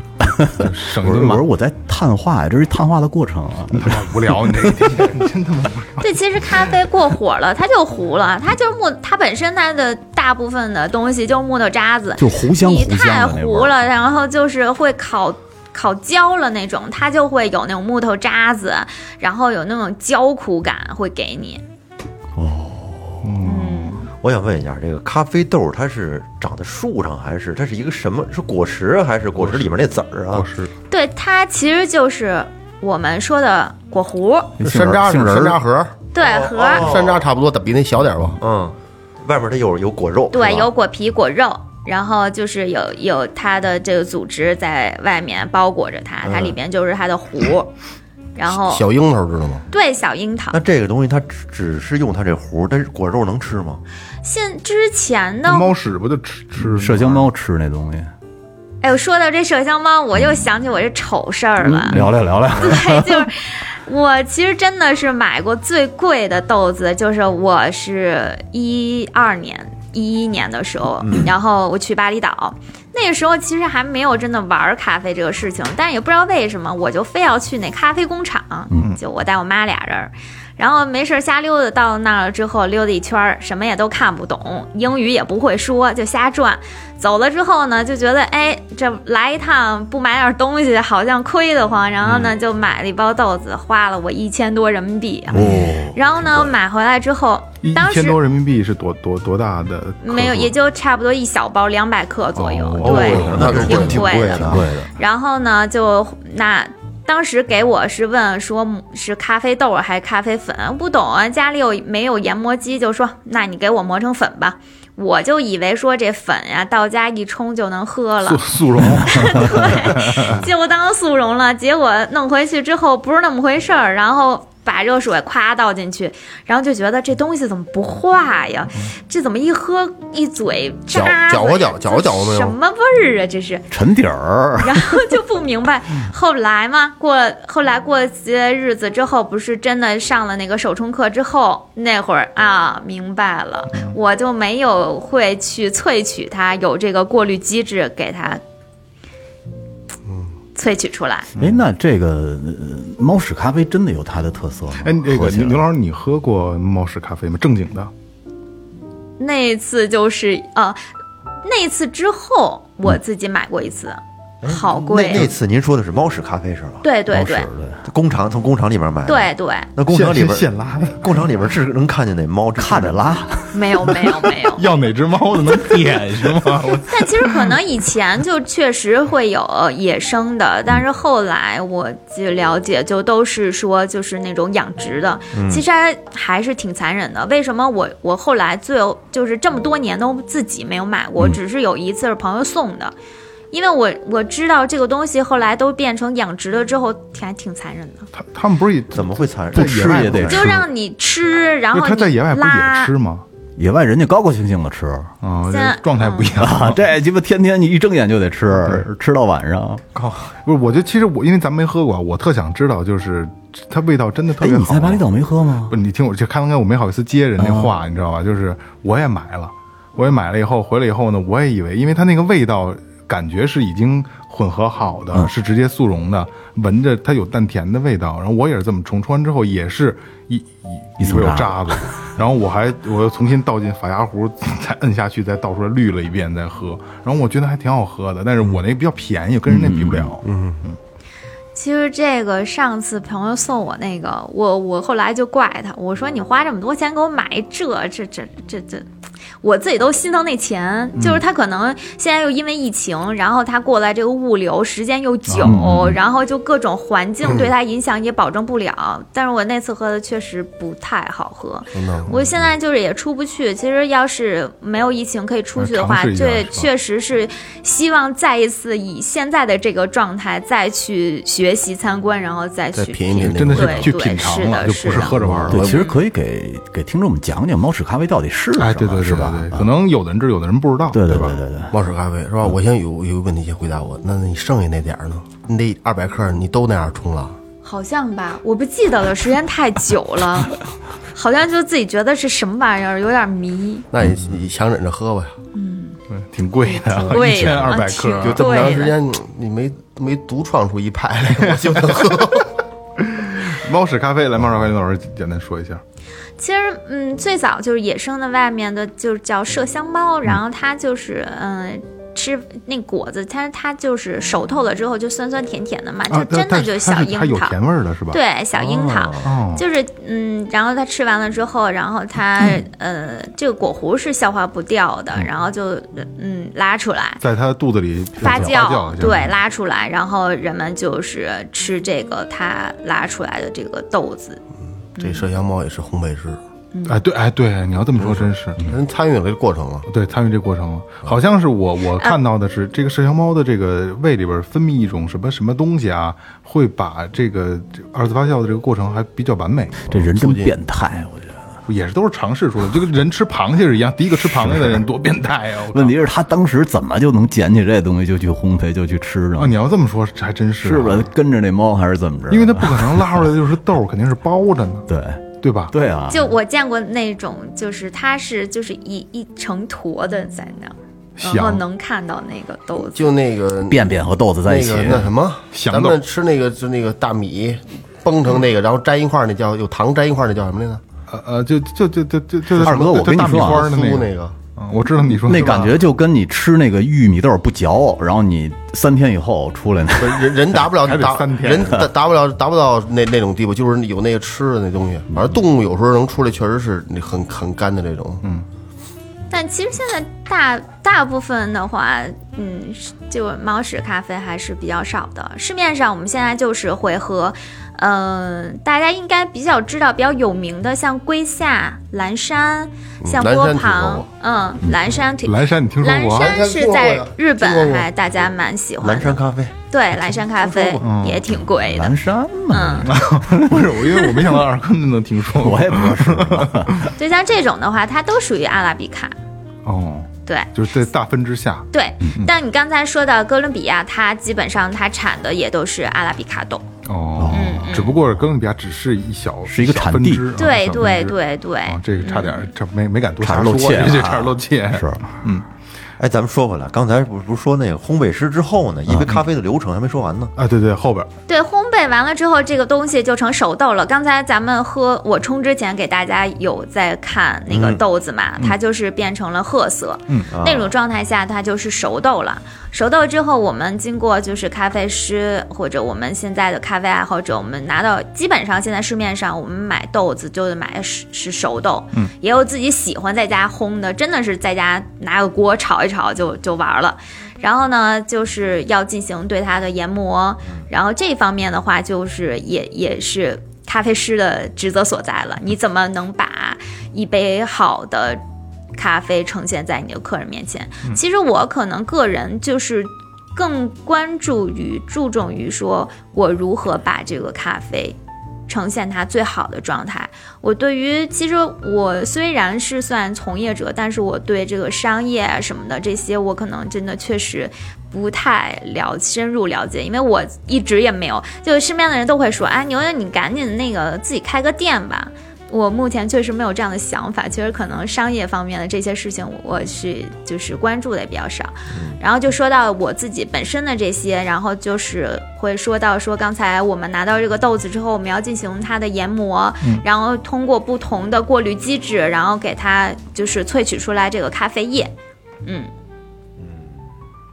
C: 这省
E: 我
C: 心
E: 说我
C: 嘛嗯
E: 说，我在碳化呀，这是碳化的过程啊。
C: 他妈无聊，你这一天真他妈无聊。
F: 对，其实咖啡过火了，它就糊了，它就是木，它本身它的大部分的东西就是木头渣子，
E: 就糊香
F: 你
E: 糊香
F: 太
E: 的那味
F: 糊
E: 儿，
F: 了，然后就是会烤烤焦了那种，它就会有那种木头渣子，然后有那种焦苦感会给你。
B: 我想问一下，这个咖啡豆它是长在树上，还是它是一个什么？是果实啊还是果实里面那籽儿啊
C: 我？是
F: 对，它其实就是我们说的果核，
D: 山楂
E: 杏仁
D: 山楂
E: 儿，哦
D: 核儿，
F: 对核儿，
D: 山楂差不多，但比那小点儿吧。
B: 嗯，外面它有有果肉，
F: 对，
B: 是吧
F: 有果皮、果肉，然后就是有有它的这个组织在外面包裹着它，它里面就是它的核，然后
D: 小樱桃知道吗？
F: 对小樱桃
B: 那。这个东西它只只是用它这核，但是果肉能吃吗？
F: 现之前呢，
C: 猫屎不就吃吃
E: 麝香猫吃那东西。
F: 哎呦，说到这麝香猫，我又想起我这丑事儿了。
E: 嗯聊聊聊聊，
F: 对，就是我其实真的是买过最贵的豆子，就是我是一二年、一一年的时候，然后我去巴厘岛。那个时候其实还没有真的玩咖啡这个事情，但也不知道为什么，我就非要去那咖啡工厂。
C: 嗯
F: 就我带我妈俩人儿，然后没事儿瞎溜达，到那儿了之后溜达一圈儿，什么也都看不懂，英语也不会说，就瞎转。走了之后呢，就觉得哎，这来一趟不买点东西好像亏得慌，然后呢
C: 嗯
F: 就买了一包豆子，花了我一千多人民币啊。
B: 哦，
F: 然后呢买回来之后
C: 一，
F: 当
C: 一千
F: 时
C: 多人民币是多多多大的颗数？
F: 没有，也就差不多一小包两百克左右，
C: 哦
F: 对，
C: 哦
B: 那是真
F: 挺
B: 贵
F: 贵
B: 的，啊
E: 贵
B: 的。
F: 然后呢，就那当时给我是问说是咖啡豆儿还是咖啡粉，不懂啊，家里有没有研磨机？就说那你给我磨成粉吧。我就以为说这粉呀、到家一冲就能喝了
C: 速，速溶，
F: 就当速溶了。结果弄回去之后不是那么回事儿，然后把热水夸倒进去，然后就觉得这东西怎么不化呀？这怎么一喝一嘴
D: 嗯搅
F: 渣
D: 搅和
F: 子
D: 搅
F: 呀
D: 搅和
F: 这
D: 搅和没有
F: 什么味儿啊？这是。
E: 沉底儿，
F: 然后就不明 白，
D: 嗯
F: 后来嘛，过后来过些日子之后，不是真的上了那个手冲课之后，那会儿啊，明白了，
D: 嗯
F: 我就没有会去萃取它，有这个过滤机制给它，萃取出来。
E: 哎，那这个呃猫屎咖啡真的有它的特色吗？
C: 哎，那
E: 喝
C: 个
E: 起来
C: 牛牛老师，你喝过猫屎咖啡吗？正经的，
F: 那次就是呃，那次之后我自己买过一次，好贵。
B: 嗯那那次您说的是猫屎咖啡是吧？
F: 对对
E: 猫屎
F: 对
E: 的，
B: 工厂从工厂里面买的。。
F: 对对，
B: 那工厂里
C: 现
B: 边，
C: 现拉的，
B: 工厂里边是能看见那猫看着拉，
F: 没有没有没有，
C: 要哪只猫的能点是吗？我
F: 但其实可能以前就确实会有野 生的，但是后来我据了解，就都是说就是那种养殖的，
B: 嗯
F: 其实还还是挺残忍的。为什么我我后来最后就是这么多年都自己没有买
B: 嗯
F: 过，只是有一次是朋友送的，因为我我知道这个东西后来都变成养殖了之后，还挺残忍的，
C: 他他们不是也
B: 怎么会残忍？
C: 不吃
B: 在野外
E: 也得
B: 不
E: 吃
F: 就让你吃，然
C: 不
F: 后
C: 是
F: 你
C: 哎他在野外不
F: 拉
C: 也吃吗？
E: 野外人家高高兴兴的 吃
C: 啊，
F: 现在
C: 这状态不一样。
E: 啊，这鸡巴天天你一睁眼就得吃，吃到晚上。
C: 不是，我觉得其实我因为咱没喝过，我特想知道，就是它味道真的特
E: 哎，
C: 别
E: 你
C: 好吗。
E: 在巴厘岛没喝吗
C: 不？是，你听我就看刚才我没好意思接人家话，
E: 哦
C: 你知道吧？就是我也买了，我也买了以后回来以后呢，我也以为，因为它那个味道感觉是已经混合好的，
E: 嗯
C: 是直接速溶的，闻着它有淡甜的味道。然后我也是这么冲，冲完之后也是一一里
E: 一层
C: 边有渣
E: 渣
C: 子， 然后我还我又重新倒进法压壶， 再摁下去，再倒出来滤了一遍再喝。然后我觉得还挺好喝的，但是我那比较便宜，跟人家比不了。嗯，
F: 其实这个上次朋友送我那个，我我后来就怪他，我说你花这么多钱给我买这这这这这，我自己都心疼那钱。就是他可能现在又因为疫情，然后他过来这个物流时间又久，
C: 嗯
F: 然后就各种环境对他影响也保证不了。但是我那次喝的确实不太好喝，我现在就是也出不去。其实要是没有疫情可以出去的话，
C: 尝试一下
F: 这
C: 是吧
F: 确实是希望再一次以现在的这个状态再去学习参观，然后再
D: 再
F: 去
D: 品一品那
C: 真
D: 个
C: 的
D: 味
C: 是
F: 对
C: 去
F: 对
C: 品尝
F: 是的
C: 了，就不
F: 是
C: 是
F: 的
C: 喝着玩儿了
E: 对，。其实可以给给听众们讲讲猫屎咖啡到底是什么，
C: 哎，对对对
E: 是吧？啊
C: 对对可能有的人知道，有的人不知道，
E: 对对
C: 吧
E: 对？对对，
D: 猫屎咖啡是
E: 嗯
D: 吧？我先有有一个问题先回答我，那你剩下那点儿呢？你那二百克你都那样冲了？
F: 好像吧，我不记得了，时间太久了，好像就自己觉得是什么玩意儿，有点迷。
D: 那你你强忍着喝吧，
C: 嗯挺贵的， 一
F: 贵
C: 千
F: 的
C: 二百
F: 啊挺
C: 克啊，
D: 就这么
F: 对
D: 长时
F: 的
D: 间你你没没独创出一派来，我就能喝。
C: 猫屎咖啡，来猫屎咖啡老师简单说一下，
F: 其实，嗯，最早就是野生的，外面的就是叫麝香猫，然后它就是，嗯、吃那果子，它它就是熟透了之后就酸酸甜甜的嘛，就
C: 啊，
F: 真的
C: 但
F: 就是小
C: 它是
F: 樱
C: 它有
F: 桃，
C: 甜味儿的是吧？，
F: 对，小樱桃。
C: 哦，
F: 就是嗯，然后它吃完了之后，然后它、呃，这个果核是消化不掉的，然后就嗯拉出来
C: 在它肚子里
F: 发
C: 酵，
F: 酵，
C: 一下
F: 对，，拉出来，然后人们就是吃这个它拉出来的这个豆子，
D: 这麝香猫也是烘焙师，
C: 哎，对，哎，对，你要这么说，真是。
D: 人参与了这过程啊了。
C: 对，参与这过程了，好像是我
F: 呃
C: 我看到的是，这个麝香猫的这个胃里边分泌一种什么什么东西啊，会把这个这二次发酵的这个过程还比较完美，
E: 这人真变态，我觉得。
C: 也是都是尝试出来的，就跟人吃螃蟹是一样，第一个吃螃蟹的人多变态啊！我靠
E: 问题是，他当时怎么就能捡起这东西就去烘焙就去吃
C: 啊，
E: 呢？
C: 你要这么说，这还真是啊
E: 是不是跟着那猫还是怎么着？
C: 因为它不可能拉出来的就是豆儿，肯定是包着呢，
E: 对
C: 对吧？
E: 对啊，
F: 就我见过那种，就是它是就是一一成坨的在那儿，然后
C: 香
F: 嗯能看到那个豆子，
D: 就那个
E: 便便和豆子在一起
D: 那，个那什么，
C: 响
D: 咱
C: 豆
D: 们吃那个就那个大米崩成那个，然后粘一块儿那叫有糖粘一块儿那叫什么来着？
C: 呃呃，就就就就就就
E: 二哥我
C: 就
E: 跟你
C: 大米
E: 说啊
C: 花儿的
D: 酥
C: 个，
D: 那个，
C: 嗯我知道你说
E: 那
C: 是吧
E: 感觉就跟你吃那个玉米豆不嚼，然后你三天以后出来那
D: 不是人人达不 了
C: 还得
D: 达
C: 三天
D: 人达达不了达不到那那种地步，就是有那个吃的那东西。反正动物有时候能出来，确实是那很很干的这种。嗯，
F: 但其实现在大大部分的话，嗯，是就猫屎咖啡还是比较少的。市面上我们现在就是会喝，嗯、大家应该比较知道比较有名的，像龟夏、蓝山，像
D: 蓝
F: 波
D: 山挺好
F: 旁，嗯，蓝山挺。
C: 蓝山你听说
F: 蓝
C: 过啊？
F: 山是在日本还大家蛮喜欢
B: 蓝
F: 的
B: 山，咖啡，
F: 对蓝山咖啡也挺
B: 嗯
F: 贵的
E: 蓝，山嘛，
C: 不是，我因为我没想到二坑能听说过。
E: 我也不知道是。
F: 对像这种的话，它都属于阿拉比卡，
C: 哦，
F: 对。
C: 就是在大分之下，
F: 对，
C: 嗯
F: 但你刚才说的哥伦比亚，它基本上它产的也都是阿拉比卡豆。
C: 哦，
F: 嗯
C: 只不过哥伦比亚只是一小
E: 是一个产地
C: 小分支啊
F: 对
C: 小分
F: 对
C: 支
F: 对嗯对，
C: 啊，这个差点儿，这没没敢多瞎
E: 差
C: 说，
E: 点露怯了啊
C: 这差点露怯。
E: 是，
B: 哎，咱们说回来，刚才不是不是说那个烘焙师之后
E: 嗯
B: 呢，一杯咖啡的流程还没说完呢。
C: 啊，对对，后边儿
F: 对，烘焙完了之后，这个东西就成熟豆了。刚才咱们喝我冲之前给大家有在看那个豆子嘛，它就是变成了褐色，嗯，那种状态下它就是熟豆了。熟豆之后，我们经过就是咖啡师或者我们现在的咖啡爱好者，我们拿到基本上现在市面上我们买豆子就是买是是熟豆，嗯，也有自己喜欢在家烘的，真的是在家拿个锅炒一炒就就玩儿了。然后呢，就是要进行对它的研磨，然后这方面的话，就是也也是咖啡师的职责所在了。你怎么能把一杯好的咖啡呈现在你的客人面前？其实我可能个人就是更关注于注重于说我如何把这个咖啡。呈现它最好的状态。我对于其实我虽然是算从业者，但是我对这个商业啊什么的这些，我可能真的确实不太了深入了解，因为我一直也没有。就是身边的人都会说，啊，牛牛你赶紧那个自己开个店吧。我目前确实没有这样的想法，确实可能商业方面的这些事情我，我是就是关注的也比较少。然后就说到我自己本身的这些，然后就是会说到说刚才我们拿到这个豆子之后，我们要进行它的研磨，然后通过不同的过滤机制，然后给它就是萃取出来这个咖啡液。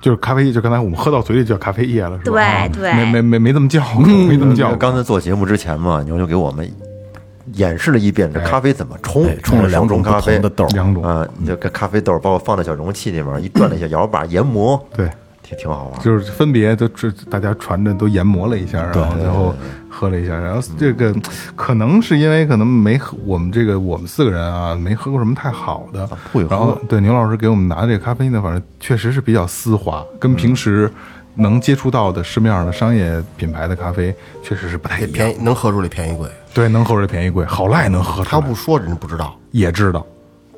C: 就是咖啡液，就刚才我们喝到嘴里就叫咖啡液了，是吧？
F: 对
C: 啊
F: 对
C: 没没没没这么叫过，
E: 嗯
C: 没这么叫过。
B: 嗯刚才做节目之前嘛，牛牛给我们演示了一遍这咖啡怎么冲
E: 哎，冲了两
B: 种
E: 种不
B: 咖啡
E: 同的豆儿，
C: 两种，
B: 啊，你就跟咖啡豆，包括放在小容器里面，一转了一下摇把研磨，
C: 对，
B: 挺挺好玩。
C: 就是分别都这大家传着都研磨了一下，然后最后喝了一下，然后这个可能是因为可能没喝我们这个我们四个人啊没喝过什么太好的，
D: 啊
B: 不会喝
C: 然后对牛老师给我们拿的这个咖啡呢，反正确实是比较丝滑，跟
D: 嗯
C: 平时能接触到的市面上的商业品牌的咖啡确实是不太一样
D: 便。宜能喝出来便宜贵。
C: 对，能喝出来便宜贵，好赖能喝出来，
D: 他不说人不知道，
C: 也知道。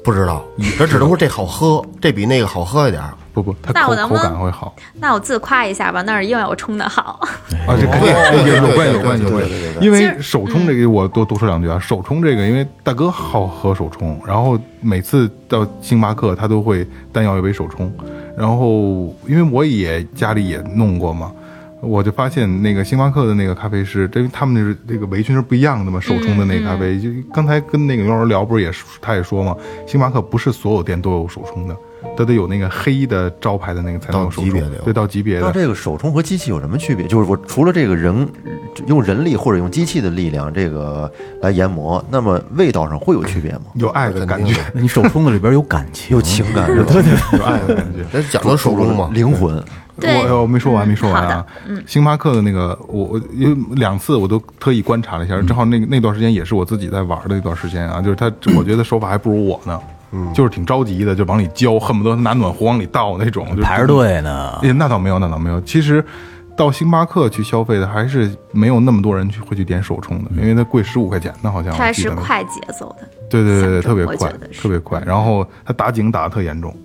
D: 不知道，这只能说这好喝，这比那个好喝一点儿。
C: 不不，它
F: 那
C: 口
F: 我能
C: 口
F: 不能
C: 感会好
F: 那我自夸一下吧，那儿因为我冲的好。
C: 啊，这肯定
D: 哎哦对
C: 有关
D: 对
C: 有关有
D: 对
C: 关
D: 对对，
C: 因为手冲这个我多多说两句啊，手冲这个因为大哥好喝手冲，然后每次到星巴克他都会单要一杯手冲，然后因为我也家里也弄过嘛。我就发现那个星巴克的那个咖啡师，因为他们就是那个围裙是不一样的嘛，手冲的那个咖啡，就刚才跟那个牛老师聊，不是也是他也说嘛，星巴克不是所有店都有手冲的，它得有那个黑的招牌的那个才能有
D: 到
C: 手
D: 级
C: 冲
D: 别的，有
C: 对，到级别的
B: 那。这个手冲和机器有什么区别？就是我除了这个人用人力或者用机器的力量这个来研磨，那么味道上会有区别吗？
C: 有爱的感觉，
E: 那你手冲的里边有感情，有情感，对对
C: 有爱的感觉。
D: 那讲究手工嘛，
B: 灵魂，
F: 对嗯
C: 我哦我没说完，没说完
F: 好
C: 啊
F: 的。
C: 星巴克的那个，我我因为两次我都特意观察了一
F: 嗯
C: 下，正好那个那段时间也是我自己在玩的一段时间啊，就是他，
F: 嗯
C: 我觉得手法还不如我呢，
E: 嗯
C: 就是挺着急的，就往里浇，恨不得拿暖壶往里倒那种，就是
E: 排着队啊呢。
C: 哎，那倒没有，那倒没有。其实到星巴克去消费的还是没有那么多人去会去点手冲的，因为它贵十五块钱呢，好像
F: 嗯它
C: 我记
F: 是
C: 得那
F: 快节奏的，
C: 对对对对，特
F: 象
C: 别
F: 征
C: 快
F: 我觉得，是
C: 特别快。然后他打井打的特严重，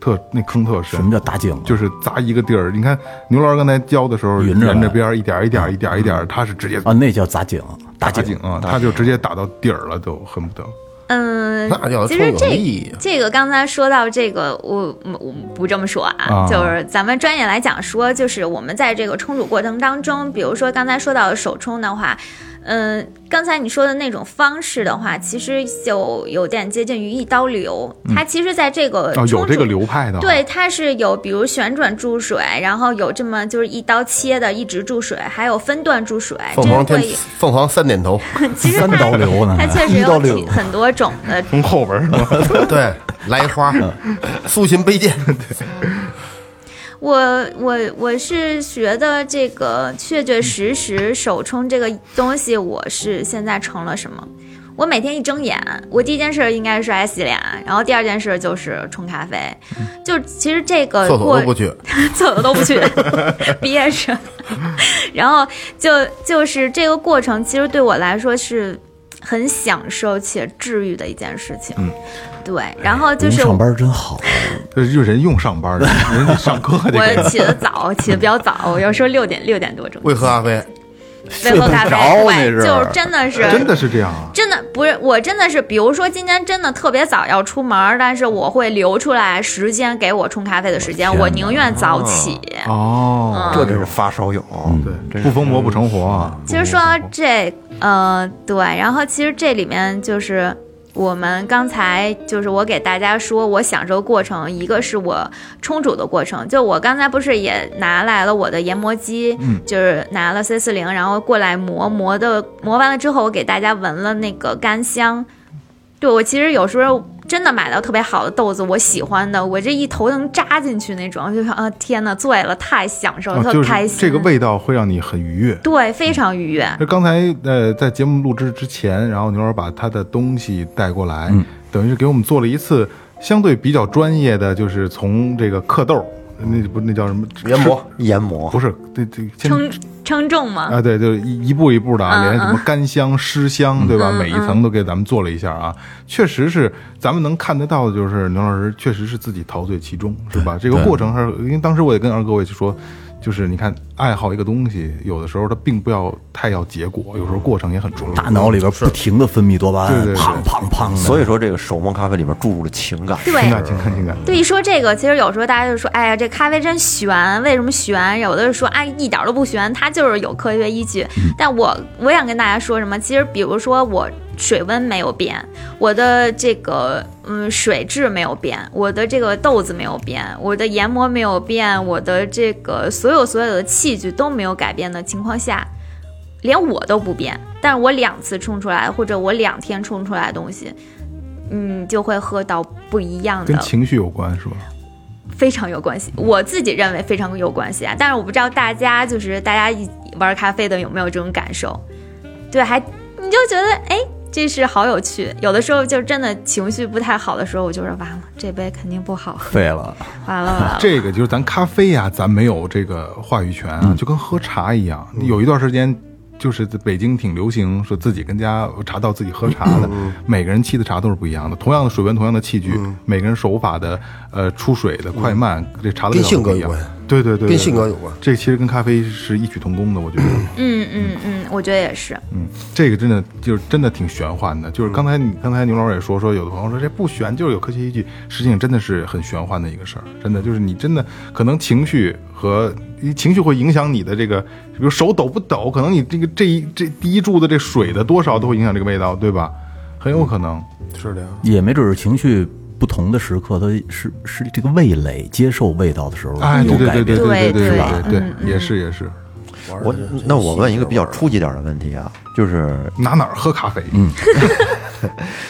C: 特那坑特深
E: 什。么叫打井？
C: 就是砸一个地儿。你看牛老师刚才教的时候，
E: 匀着来
C: 沿着边儿一点儿一点儿一点儿一点儿，他是直接
E: 啊，那叫砸井，
C: 打
E: 打井
C: 井啊，他就直接打到底儿了，都恨不得。
F: 嗯，
D: 那叫
F: 其
D: 冲
F: 实
D: 有意义
F: 这。这个刚才说到这个，我我我不这么说啊，
C: 啊
F: 就是咱们专业来讲说，就是我们在这个冲煮过程当中，比如说刚才说到手冲的话，呃，刚才你说的那种方式的话，其实就有点接近于一刀流。它其实在这个
C: 啊，有
F: 呃冲
C: 这个
F: 煮
C: 流派的啊，
F: 对，它是有比如旋转注水，然后有这么就是一刀切的，一直注水，还有分段注水，哎这
D: 凤凰
F: 是
D: 天
F: 会，
D: 凤凰三点头，
F: 其实
E: 三刀
F: 它
E: 流呢还
F: 它确实
B: 一刀
F: 有
B: 流
F: 挺很多种的。
C: 从后边儿是吧？
D: 对，来一花，
C: 嗯
D: 苏秦背剑，
F: 我我我是学的这个确确实实手冲这个东西，我是现在成了什么？我每天一睁眼，我第一件事应该是爱洗脸，然后第二件事就是冲咖啡。就其实这个
D: 厕所
F: 过
D: 都不去，
F: 厕所都不去， 憋着。 然后就就是这个过程，其实对我来说是很享受且治愈的一件事情。
D: 嗯
F: 对，
D: 哎
F: 然后就
E: 您
F: 是
E: 上班真好，
C: 这就是人用上班的，人家上课还得给
F: 我起得早，起得比较早，有时候六点六点多钟
D: 为喝咖啡，
F: 为喝咖啡，
E: 睡不着那是
F: 对，就是真的是
C: 真的是这样啊？
F: 真的不是，我真的是，比如说今天真的特别早要出门儿，但是我会留出来时间给我冲咖啡的时间，我宁愿早起。
C: 哦，
B: 这真是嗯发烧友，
C: 对，不疯魔不成活啊。
F: 嗯其实说到这，呃，对，然后其实这里面就是我们刚才就是我给大家说，我享受过程，一个是我冲煮的过程，就我刚才不是也拿来了我的研磨机，
C: 嗯
F: 就是拿了 C 四零，然后过来磨磨的，磨完了之后，我给大家闻了那个干香。对我其实有时候真的买到特别好的豆子，我喜欢的，我这一头能扎进去那种，就想啊天呐，醉了，太享受了，
C: 啊，
F: 特
C: 就是
F: 开心。
C: 这个味道会让你很愉悦。
F: 对，非常愉悦。
C: 那刚才呃，在节目录制之前，然后牛儿把他的东西带过来，等于是给我们做了一次相对比较专业的，就是从这个刻豆，那不那叫什么
D: 研磨，
B: 研磨
C: 不是，这这先
F: 称称重吗？
C: 啊，对，就是一一步一步的啊，连什么干香、湿香，对吧？每一层都给咱们做了一下啊，确实是咱们能看得到的，就是牛老师确实是自己陶醉其中，是吧？这个过程还是因为当时我也跟二哥我也去说，就是你看爱好一个东西，有的时候它并不要太要结果，有时候过程也很重要。
E: 大脑里边不停的分泌多巴
C: 对
E: 胺，
C: 对对
E: 胖胖胖的。
B: 所以说这个手磨咖啡里面注入了情感。
C: 情
F: 对
C: 感，情感，情感。
F: 对，一说这个，其实有时候大家就说，哎呀，这咖啡真悬，为什么悬？有的人说，哎，一点都不悬，它就是有科学依据。但我我想跟大家说什么？其实，比如说我水温没有变，我的这个嗯水质没有变，我的这个豆子没有变，我的研磨没有变，我的这个所有所有的器具都没有改变的情况下，连我都不变，但是我两次冲出来，或者我两天冲出来的东西。嗯，就会喝到不一样的
C: 跟情绪有关是吧？
F: 非常有关系，我自己认为非常有关系啊。但是我不知道大家就是大家一玩咖啡的有没有这种感受？对，还你就觉得哎，这是好有趣。有的时候就真的情绪不太好的时候，我就说完了，这杯肯定不好喝，
E: 废了，
F: 完了完 了。
C: 这个就是咱咖啡呀、咱没有这个话语权啊，就跟喝茶一样。有一段时间，就是在北京挺流行说自己跟家茶道自己喝茶的，每个人沏的茶都是不一样的，同样的水温，同样的器具，每个人手法的呃出水的快慢，这茶的
D: 跟
C: 味道
D: 性格
C: 不一
D: 有
C: 样
D: 关。
C: 对对对，对
D: 跟性格有关。
C: 这其实跟咖啡是异曲同工的，我觉得。
F: 嗯嗯嗯，我觉得也是。
C: 嗯，这个真的就是真的挺玄幻的，
D: 嗯
C: 就是刚才你刚才牛老师也说说，有的朋友说这不玄，就是有科学依据，实际上真的是很玄幻的一个事儿，真的就是你真的可能情绪和情绪会影响你的这个，比如手抖不抖，可能你这个这一这第一注的这水的多少都会影响这个味道，对吧？
D: 嗯
C: 很有可能，
D: 是的呀，
E: 也没准是情绪不同的时刻，它是是这个味蕾接受味道的时候
C: 哎，
E: 有
C: 对对
E: 改
C: 对对
E: 变。
C: 对对
F: 对对
C: 对
F: 嗯
C: 对，也是也是，
B: 我那我问一个比较初级点的问题啊，就是
C: 拿哪儿喝咖啡？嗯，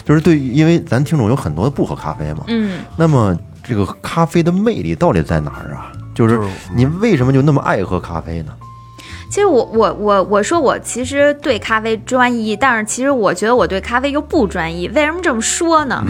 B: 就是对于，因为咱听众有很多不喝咖啡嘛，
F: 嗯，
B: 那么这个咖啡的魅力到底在哪儿啊？就是你为什么就那么爱喝咖啡呢？
F: 其实我我我我说我其实对咖啡专一，但是其实我觉得我对咖啡又不专一。为什么这么说呢？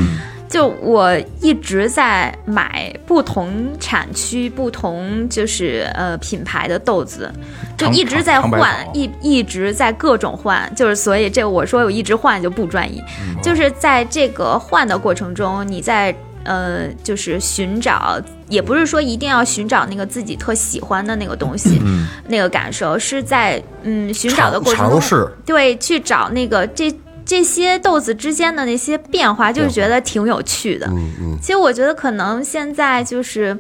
F: 就我一直在买不同产区、不同就是呃品牌的豆子，就
C: 尝
F: 一直在
C: 尝尝百
F: 换
C: 草，
F: 一一直在各种换，就是所以这我说我一直换就不专一，
D: 嗯
F: 就是在这个换的过程中，你在呃就是寻找，也不是说一定要寻找那个自己特喜欢的那个东西，那个感受是在嗯寻找的过程
D: 嗯
F: 中
D: 尝试
F: 对，去找那个这这些豆子之间的那些变化，就是觉得挺有趣的。
D: 嗯嗯，
F: 其实我觉得可能现在就是。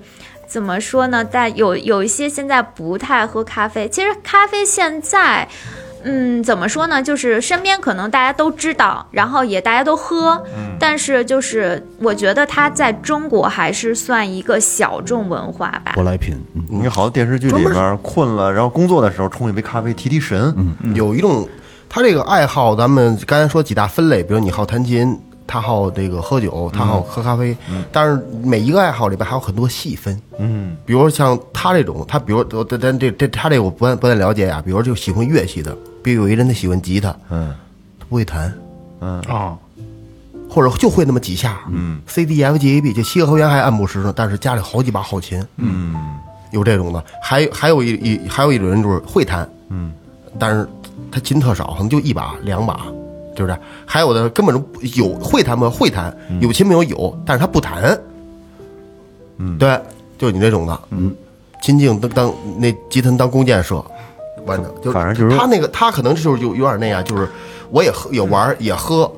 F: 怎么说呢？但有有一些现在不太喝咖啡，其实咖啡现在，嗯，怎么说呢？就是身边可能大家都知道，然后也大家都喝，但是就是我觉得它在中国还是算一个小众文化吧。
E: 舶来品，嗯，
B: 你好多电视剧里边困了，然后工作的时候冲一杯咖啡提提神，嗯，
D: 有一种他这个爱好，咱们刚才说几大分类，比如你好弹琴，他好这个喝酒，他好喝咖啡，但是每一个爱好里边还有很多细分，嗯，比如像他这种，他比如我咱这这他这个我不太不太了解啊，比如就喜欢乐器的，比如有一人他喜欢吉他，嗯，他不会弹，
C: 啊，
D: 或者就会那么几下，嗯，C D F G A B 这七个和弦还按不实呢，但是家里好几把好琴，嗯，有这种的，还还有一一还有一种人就是会弹，嗯，但是他琴特少，可能就一把两把，就是这样。还有的根本就不有会弹吗？会弹，
B: 嗯
D: 有琴没有有，但是他不弹，嗯，对，就是你这种的，嗯，秦靖当当那吉他当弓箭射，完整，就
B: 反正就是
D: 他那个他可能就是有有点那样，就是我也喝也玩儿也喝，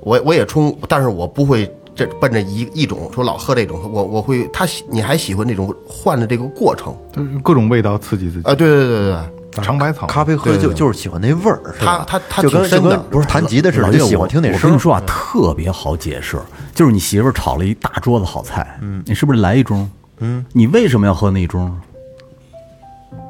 D: 我我也冲，但是我不会这奔着一一种说老喝这种，我我会他喜你还喜欢这种换的这个过程
C: 就是各种味道刺激自己。
D: 啊？对对对对
C: 尝百草，
B: 咖啡喝就就是喜欢那味儿，是吧
D: 它它它
B: 就跟
D: 挺深
B: 就
D: 的
B: 跟不是弹吉的似
E: 老
B: 的，
E: 岳
B: 就喜欢听那
E: 我
B: 声
E: 跟你
B: 儿。
E: 说啊，特别好解释，就是你媳妇儿炒了一大桌子好菜，嗯，你是不是来一盅？嗯，你为什么要喝那一盅？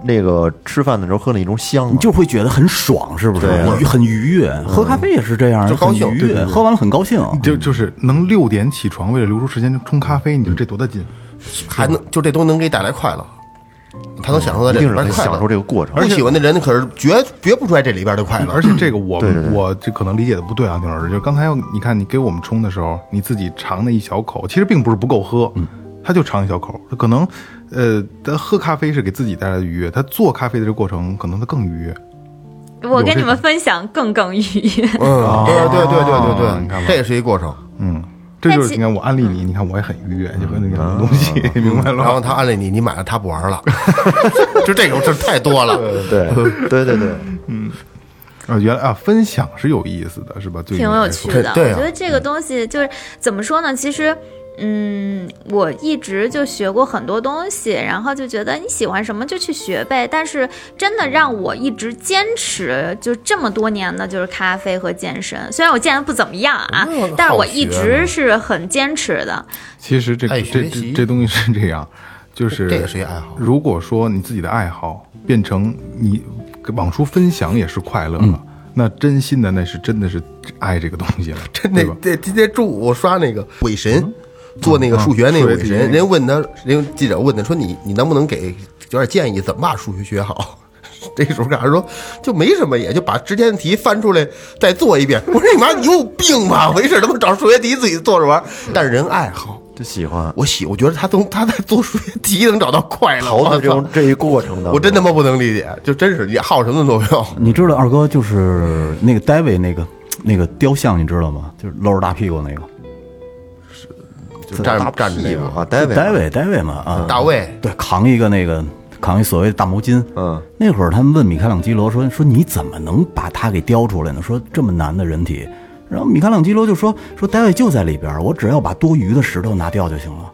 B: 那个吃饭的时候喝那种香
E: 你
B: 啊，
E: 就会觉得很爽，是不是？
B: 对
E: 很愉很愉悦。喝咖啡也是这样，
D: 啊嗯就高兴
E: 很愉
D: 对
E: 悦，
D: 对
E: 喝完了很高兴。
C: 就就是能六点起床，为了留出时间冲咖啡，你说这多大劲？
D: 对，还能就这东西能给你带来快乐，他能享受到
B: 一
D: 这
B: 定
D: 里
B: 是
D: 边
B: 很
D: 的快
B: 享受
D: 乐。
B: 这个过程
D: 不。喜欢的人可是觉觉不出来这里边的快乐，
C: 而且这个我我这可能理解的不对啊，丁老师，就是刚才你看你给我们冲的时候，你自己尝那一小口，其实并不是不够喝，他就尝一小口，他可能呃，他喝咖啡是给自己带来的愉悦，他做咖啡的这个过程可能他更愉悦。
F: 我跟你们分享更更愉悦。
D: 嗯，对对对对
B: 哦
D: 对
C: 你看
D: 对，
C: 吧
D: 这也是一过程。
C: 这就
F: 但
C: 是
F: 其嗯
C: 你看我安利你，你看我也很愉悦，就跟那个东西， 明
B: 哎
C: 白了
D: 然
C: 吗？
D: 后他安利你，你买了他不玩了， 就这种事儿太多了。
B: 对对对对，
C: 啊，原来啊，分享是有意思的，是吧？对你嗯
F: 挺
C: 来
F: 有
C: 说
F: 趣的。
D: 对啊
F: 我觉得这个东西就是怎么说呢？其实，嗯，我一直就学过很多东西，然后就觉得你喜欢什么就去学呗。但是真的让我一直坚持就这么多年的，就是咖啡和健身。虽然我健的不怎么样啊，但是我一直是很坚持的。
C: 其实这
D: 爱
C: 个这
D: 学
C: 这
D: 习
C: 这东西是这 样，就是
D: 这也是一爱好
C: 如果说你自己的爱好变成你往出分享，也是快乐
D: 嗯
C: 了。那真心的那是真的是爱这个东 西了，真
D: 那
C: 吧？
D: 这今天中午我刷那个鬼神，做那个数学那个鬼神，人问他，人家记者问他说你你能不能给有点建议，怎么把数学学好？ 这时候俩人说就没什么，也就把之前的题翻出来再做一遍。我说你妈你有病吧？没事他妈找数学题自己做着玩儿。但是人爱好，
B: 就喜欢
D: 我喜，我觉得他从他在做数学题能找到快乐，
B: 陶醉这种这一过程当中，
D: 我真他妈不能理解，就真是你好什么都没有。
E: 你知道二哥就是那个 David 那个那个雕像，你知道吗？就是露着大屁股那个
D: 就站着
B: 大
D: 站着那
B: 屁股
D: 个
B: 啊，戴维啊
E: David David 嘛啊，
D: 大卫，
E: 对，扛一个那个扛一所谓的大毛巾。
B: 嗯，
E: 那会儿他们问米开朗基罗说说你怎么能把他给雕出来呢？说这么难的人体，然后米开朗基罗就说说大卫就在里边儿，我只要把多余的石头拿掉就行了。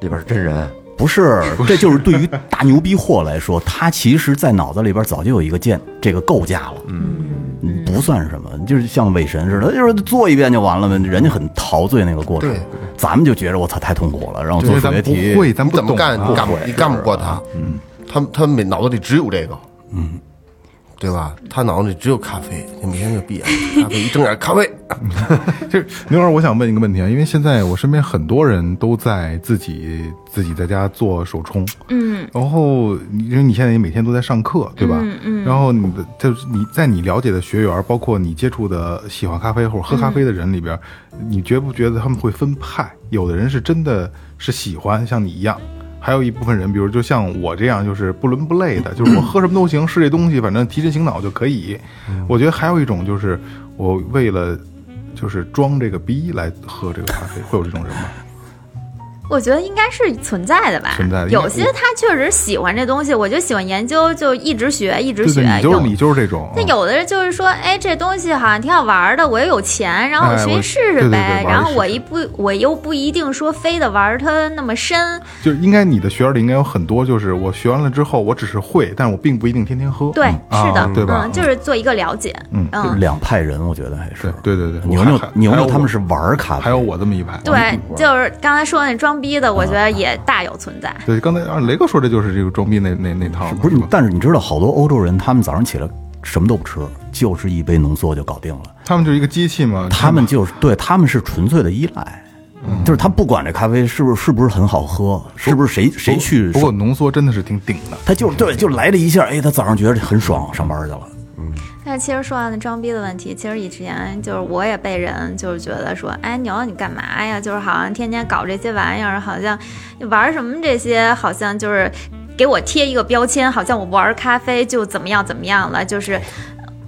B: 里边是真人，
E: 不是，这就是对于大牛逼货来说，他其实，在脑子里边早就有一个建这个构架了，嗯，不算什么，就是像伪神似的，就是做一遍就完了嘛。人家很陶醉那个过程
D: 对，
E: 咱们就觉着我操太痛苦了，让我
C: 因
E: 做
C: 为
E: 数
C: 咱
E: 学
C: 们不
E: 题，
C: 会，咱啊
D: 你
C: 们不
D: 怎么
C: 懂
D: 干
C: 啊
D: 你干不你干不过他，嗯，他他们脑子里只有这个，嗯，对吧？他脑子里只有咖啡，你每天就闭眼，咖啡一睁眼，咖啡，
C: 就是牛儿，我想问一个问题啊，因为现在我身边很多人都在自己自己在家做手冲，嗯，然后你因为你现在也每天都在上课，对吧？嗯嗯，然后你的就是你在你了解的学员，包括你接触的喜欢咖啡或者喝咖啡的人里边，你觉不觉得他们会分派？有的人是真的是喜欢像你一样。还有一部分人，比如就像我这样，就是不伦不类的，就是我喝什么都行，是这东西，反正提神醒脑就可以。我觉得还有一种就是，我为了就是装这个逼来喝这个咖啡，会有这种人吗？
F: 我觉得应该是存在的吧，
C: 存在的
F: 有些他确实喜欢这东西，我就喜欢研究， 就一直学，一直
C: 对
F: 学。
C: 对，你就是
F: 有
C: 你就是这种。嗯
F: 那有的人就是说，哎，这东西好像挺好玩的，我也有钱，然后
C: 哎
F: 学
C: 我
F: 一试试
C: 对对对玩
F: 呗。
C: 一
F: 然后
C: 试
F: 我
C: 试
F: 一不，我又不一定说非得玩它那么深，
C: 就是应该你的学员里应该有很多，就是我学完了之后，我只是会，但我并不一定天天喝。
F: 对，是的，
C: 啊对吧？
F: 嗯，就是做一个了解，
C: 嗯
E: 就两派人，我觉得还是
C: 对对对对
E: 牛
C: 我
E: 牛
C: 还还
E: 牛
C: 还有
E: 牛
C: 我
E: 他们是玩儿咖啡，
C: 还有我这么一嗯啊派。
F: 对，就是刚才说的那装逼的，我觉得也大有存在。
C: 对，刚才啊雷哥说这就是这个装逼那那那套嘛，
E: 不是你
C: 吧？
E: 但是你知道，好多欧洲人他们早上起来什么都不吃，就是一杯浓缩就搞定了。
C: 他们就是一个机器嘛，
E: 他们就是对他们是纯粹的依赖，就是他不管这咖啡是不是是不是很好喝，是不是谁谁去
C: 不过浓缩真的是挺顶的，
E: 他就对，就来了一下，哎，他早上觉得很爽，上班去了。
F: 但其实说到那装逼的问题，其实以前就是我也被人就是觉得说，哎，牛你干嘛呀？就是好像天天搞这些玩意儿，好像玩什么这些，好像就是给我贴一个标签，好像我玩咖啡就怎么样怎么样了，就是。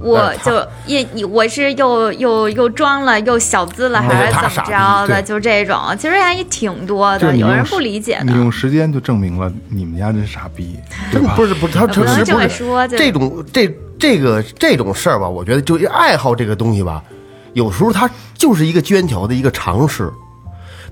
F: 我就也你我是又又又装了又小资了还是怎么着的，就这种，其实还挺多
C: 就是
F: 的，
C: 你
F: 有
C: 用
F: 人
C: 时
F: 不理解
C: 你
F: 的。
C: 用时间就证明了你们家真傻逼，对
D: 真
C: 吧？
D: 不是不是，他
F: 不
D: 他
F: 能
D: 其实
F: 这
D: 不
F: 么
D: 是
F: 说就是
D: 这种这这个这种事儿吧，我觉得就爱好这个东西吧，有时候它就是一个机缘巧合的一个常识。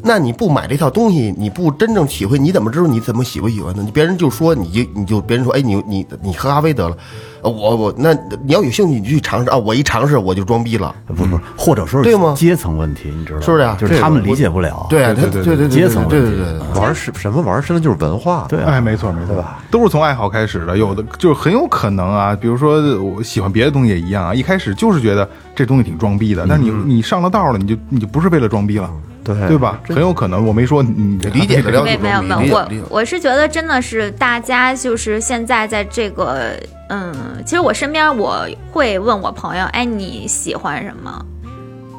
D: 那你不买这套东西，你不真正体会，你怎么知道你怎么喜不喜欢呢？你别人就说你就你就别人说，哎，你你你喝咖啡得了，呃我我那你要有兴趣你就去尝试啊，我一尝试我就装逼了，
E: 不不，或者说
D: 对吗
E: 阶层问题，你知道吗
D: 是不是啊
E: 就是他们理解不了。
D: 对啊，
C: 对
D: 他
C: 对
D: 对
C: 对
D: 对对
E: 阶
D: 对
E: 层
D: 对对对，
B: 玩是什么玩深的就是文化，
E: 对啊
C: 哎，没错，没错，都是从爱好开始的，有的就是很有可能啊，比如说我喜欢别的东西也一样啊，一开始就是觉得这东西挺装逼的，但是你
D: 嗯
C: 你上了道了，你就你就不是为了装逼了，
B: 对
C: 对吧？很有可能，我没说你
D: 对哎理解得了
F: 没
D: 就
F: 没有
D: 装逼，
F: 没
D: 理
F: 有，
D: 解
F: 我
D: 理解
F: 我是觉得真的是大家就是现在在这个嗯，其实我身边我会问我朋友，哎，你喜欢什么？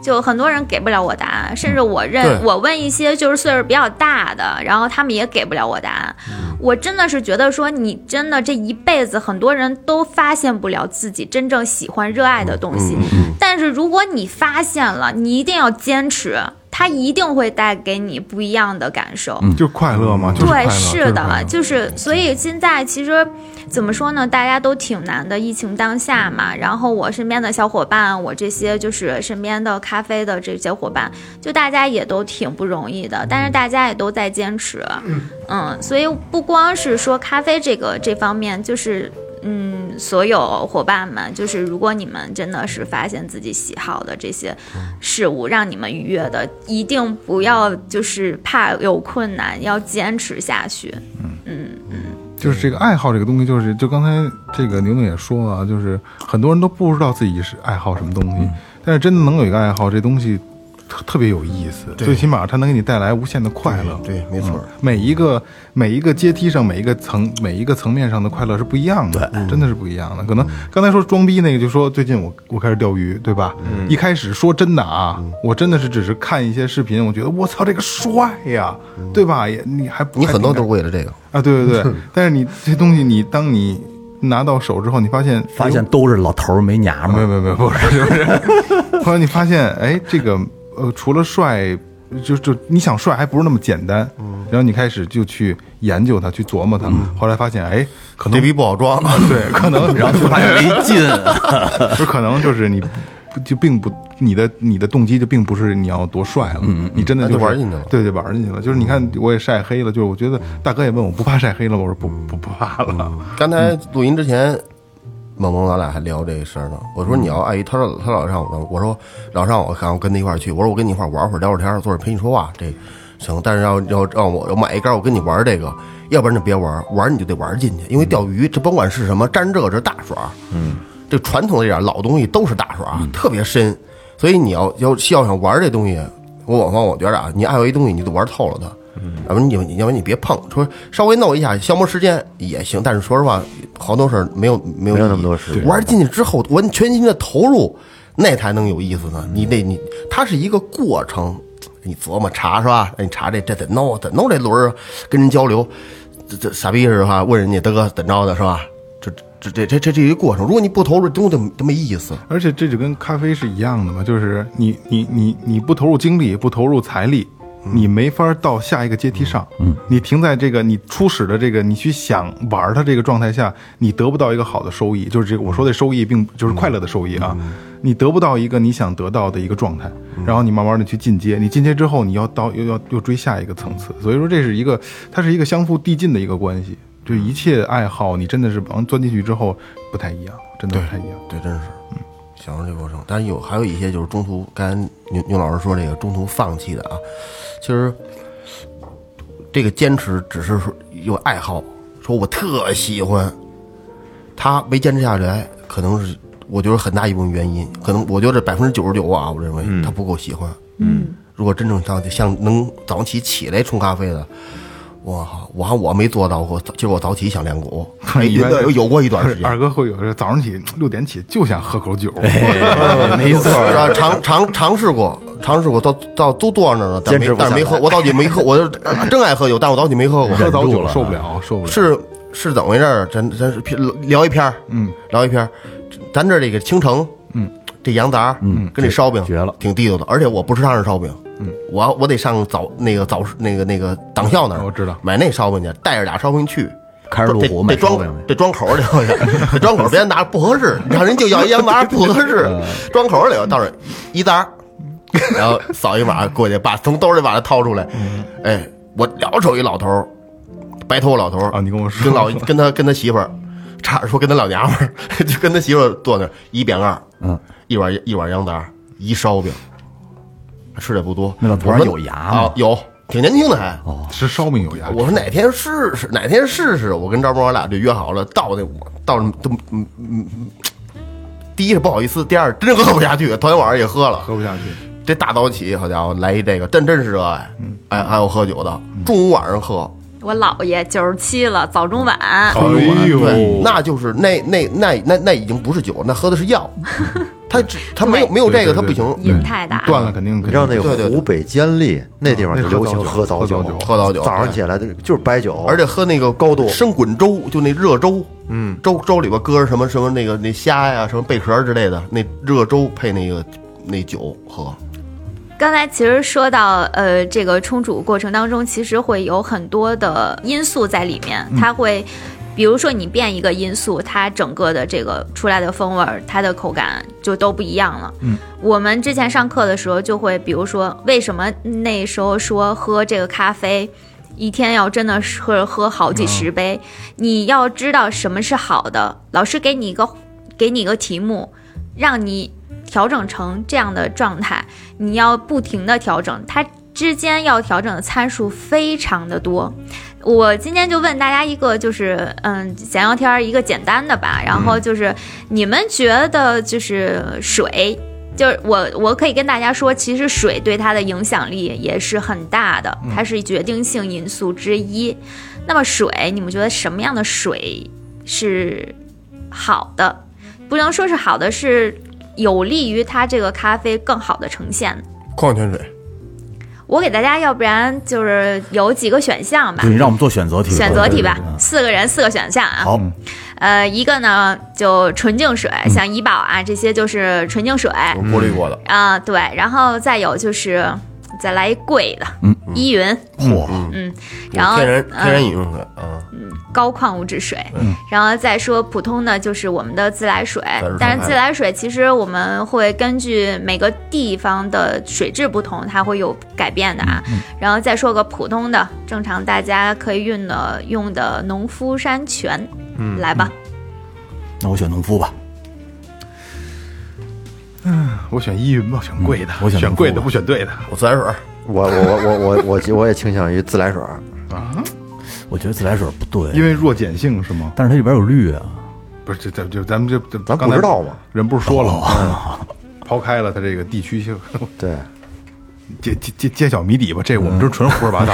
F: 就很多人给不了我答案，甚至我认
D: 对
F: 我问一些就是岁数比较大的，然后他们也给不了我答案。
D: 嗯
F: 我真的是觉得说，你真的这一辈子，很多人都发现不了自己真正喜欢、热爱的东
D: 嗯
F: 西。但是如果你发现了，你一定要坚持，它一定会带给你不一样的感受。
C: 嗯就是快乐
D: 嗯
C: 嘛，就是快
F: 对，
C: 乐，
F: 是的，
C: 就
F: 就是所以现在其实怎么说呢，大家都挺难的，疫情当下嘛。然后我身边的小伙伴，我这些就是身边的咖啡的这些伙伴，就大家也都挺不容易的，
C: 嗯
F: 但是大家也都在坚持，嗯，所以不光是说咖啡这个这方面，就是。嗯，所有伙伴们，就是如果你们真的是发现自己喜好的这些事物，让你们愉悦的，一定不要就是怕有困难，要坚持下去。
C: 就是这个爱好这个东西，就是就刚才这个牛总也说了啊，就是很多人都不知道自己是爱好什么东西，
D: 嗯
C: 但是真的能有一个爱好，这东西特特别有意思，最起码它能给你带来无限的快乐。
D: 对，没错。
C: 每一个每一个阶梯上，每一个层每一个层面上的快乐是不一样的，真的是不一样的。可能刚才说装逼那个，就说最近我我开始钓鱼，对吧？一开始说真的啊，我真的是只是看一些视频，我觉得我操这个帅呀，对吧？也你还
D: 你很多都是
C: 是
D: 为了这个，
C: 啊，对对对。但是你这东西，你当你拿到手之后，你发现
E: 发现都是老头儿没娘
C: 没有
E: 们儿，
C: 没有没有，不是不是。后来你发现，哎，这个呃，除了帅，就就你想帅还不是那么简单。
D: 嗯
C: 然后你开始就去研究它，去琢磨它。后来发现，哎，可能
D: 这逼不好装，
C: 对，可能然后就发现
E: 没劲。
C: 不是可能就是你不就并不你的你的动机就并不是你要多帅了，你真的
D: 嗯那就
C: 就是
D: 玩进去了嗯
C: 对对，玩进去了。就是你看我也晒黑了，就是我觉得大哥也问我不怕晒黑了吗，我说不
D: 嗯
C: 不不怕了。
D: 刚才录音之前，萌萌咱俩还聊这事儿呢。我说你要碍于他说他老让我，我说老让我看我跟他一块儿去。我说我跟你一块儿玩会儿聊会儿天儿，坐着陪你说话这行。但是要要让我要买一杆儿，我跟你玩这个，要不然就别玩，玩你就得玩进去。因为钓鱼这甭管是什么，沾这个这是大耍。嗯，这传统的一点儿老东西都是大耍，
B: 嗯
D: 特别深。所以你要要要想玩这东西，我往往我觉着啊，你爱好一东西你就玩透了它。
B: 嗯
D: 要不然你就要不然你别碰，说稍微弄一下消磨时间也行，但是说实话，好多事儿没有没有
B: 没有那
D: 意义
B: 么多时间
D: 玩进去之后，完全心的投入，那才能有意思呢。你得你，它是一个过程，你琢磨查是吧？哎你查这这怎弄啊？怎弄这轮儿啊？跟人交流，这这傻逼是吧？问人家大哥怎么着的是吧？这这这这这这一个过程，如果你不投入，东西就就没意思。
C: 而且这就跟咖啡是一样的嘛，就是你你你你不投入精力，不投入财力，你没法到下一个阶梯上。嗯，你停在这个你初始的这个你去想玩它这个状态下，你得不到一个好的收益，就是这个我说的收益，并就是快乐的收益啊。你得不到一个你想得到的一个状态，然后你慢慢的去进阶，你进阶之后，你要到又要又追下一个层次，所以说这是一个，它是一个相互递进的一个关系，就一切爱好，你真的是往钻进去之后不太一样，真的不太一样。
D: 对，真是，嗯，享受这个过程。但是有还有一些就是中途，刚才牛牛老师说这个中途放弃的啊，其实这个坚持只是说有爱好，说我特喜欢，他没坚持下来，可能是我觉得很大一部分原因，可能我觉得百分之九十九啊，我认为他不够喜欢。嗯，如果真正像像能早上起起来冲咖啡的。我靠！我还我没做到过，就是我早起想练鼓，
C: 一般
D: 有有过一段时间，
C: 二哥会有这早上起六点起就想喝口酒，
D: 没错，啊， 尝尝尝试过，尝试过，到到都坐那儿了，但
B: 坚
D: 没
B: 持不
D: 但是没
B: 下来
D: 喝，我到底没喝，我就真爱喝酒，但我到底没喝过，
C: 喝早酒受不了，受不了。
D: 是是怎么回事儿？啊咱咱是偏聊一篇儿，
C: 嗯，
D: 聊一篇儿，咱这儿这个青城，嗯，这羊杂，嗯，跟这烧饼
E: 绝了
D: 挺地道的，而且我不吃他那烧饼，嗯，我我得上早那个早那个那个党校那儿，
C: 我知道
D: 买那烧饼去，带着俩烧饼去。
E: 开始路虎
D: 得
E: 买
D: 得
E: 烧
D: 装
E: 饼
D: 得装口儿里头去，得装口儿，别拿不合适，你让人就要一羊杂不合适，
E: 嗯
D: 装口儿里头，到时候一杂 儿，然后扫一码过去，把从兜里把它掏出来，
E: 嗯
D: 哎，我老瞅一老头儿，白头发老头儿
C: 啊你跟我说
D: 跟老跟他跟他媳妇儿，差点说跟他老娘们儿， 就跟他媳妇儿坐那儿一扁二，嗯，一碗一碗羊杂儿，一烧饼，吃的也不多。
E: 那老头儿
D: 我说
E: 有牙吗哦
D: 啊？有，挺年轻的还。
C: 吃烧饼有牙，
D: 啊我说哪天试试，哪天试试。我跟张波我俩就约好了，到那我到那都嗯嗯，第一是不好意思，第二真喝不下去，头天晚上也喝了，
C: 喝不下去。
D: 这大早起，好家伙，来一这个，真真是热爱，
C: 嗯
D: 哎，还有喝酒的，中午晚上喝，
F: 我姥爷九十七了，早中晚，
C: 哎
D: 对
C: 呦，，
D: 那就是那那那那那已经不是酒，那喝的 是药，他只他没有没有这个他不行，
F: 瘾太大
C: 断了肯定肯
B: 你知道那
C: 定。
B: 个
D: 对对对
B: 湖北监利那地方
C: 那
B: 就流行
C: 喝
B: 喝
C: 早
B: 早
C: 酒
B: 酒，
C: 喝
D: 喝早酒，
B: 早上起来的就是白酒，
D: 而且喝那个
B: 高度
D: 哦生滚粥，就那热粥，嗯，粥粥里边搁着什么什么那个那虾呀，什么贝壳之类的，那热粥配那个那酒喝，
F: 刚才其实说到，呃，这个冲煮过程当中，其实会有很多的因素在里面，它会，比如说你变一个因素，它整个的这个出来的风味儿，它的口感就都不一样了。嗯，我们之前上课的时候就会，比如说为什么那时候说喝这个咖啡。一天要真的是喝喝好几十杯，你要知道什么是好的。老师给你一个给你一个题目，让你调整成这样的状态，你要不停的调整，它之间要调整的参数非常的多。我今天就问大家一个，就是嗯，闲聊天儿一个简单的吧，然后就是你们觉得就是水。就是我，我可以跟大家说，其实水对它的影响力也是很大的，它是决定性因素之一。那么水，你们觉得什么样的水是好的？不能说是好的，是有利于它这个咖啡更好的呈现。
D: 矿泉水，
F: 我给大家，要不然就是有几个选项吧
E: 就，你让我们做选择题，
F: 选择题吧
E: 对，
F: 四个人四个选项啊。
E: 嗯好，
F: 呃，一个呢就纯净水，像怡宝啊这些就是纯净水
B: 嗯
F: 啊、
D: 过滤过的，
F: 对，然后再有就是再来一贵的，依云
E: 嚯，
F: 然后
D: 天然
F: 嗯
D: 天然饮用水啊，
F: 高矿物质水，然后再说普通的就是我们的自来水
D: 自来水，
F: 但是自来水其实我们会根据每个地方的水质不同，它会有改变的啊。然后再说个普通的，正常大家可以用的用的农夫山泉，来吧，
E: 那我选农夫吧，
C: 我选依云吧，选贵的，
E: 嗯我选
C: 选
E: 农夫
C: 贵的，
E: 吧
C: 不选对的。
D: 我自来水，
B: 我我我我我我我也倾向于自来水儿，
E: 我觉得自来水不对，
C: 因为弱碱性是吗？
E: 但是它里边有氯啊，
C: 不是，这这这咱们这这
B: 咱
C: 刚
B: 不
C: 才
B: 知道嘛。
C: 人不是说了
E: 啊
C: 吗？抛开了他这个地区性，
B: 对，
C: 揭揭揭揭晓谜底吧，这我们这纯胡说八道。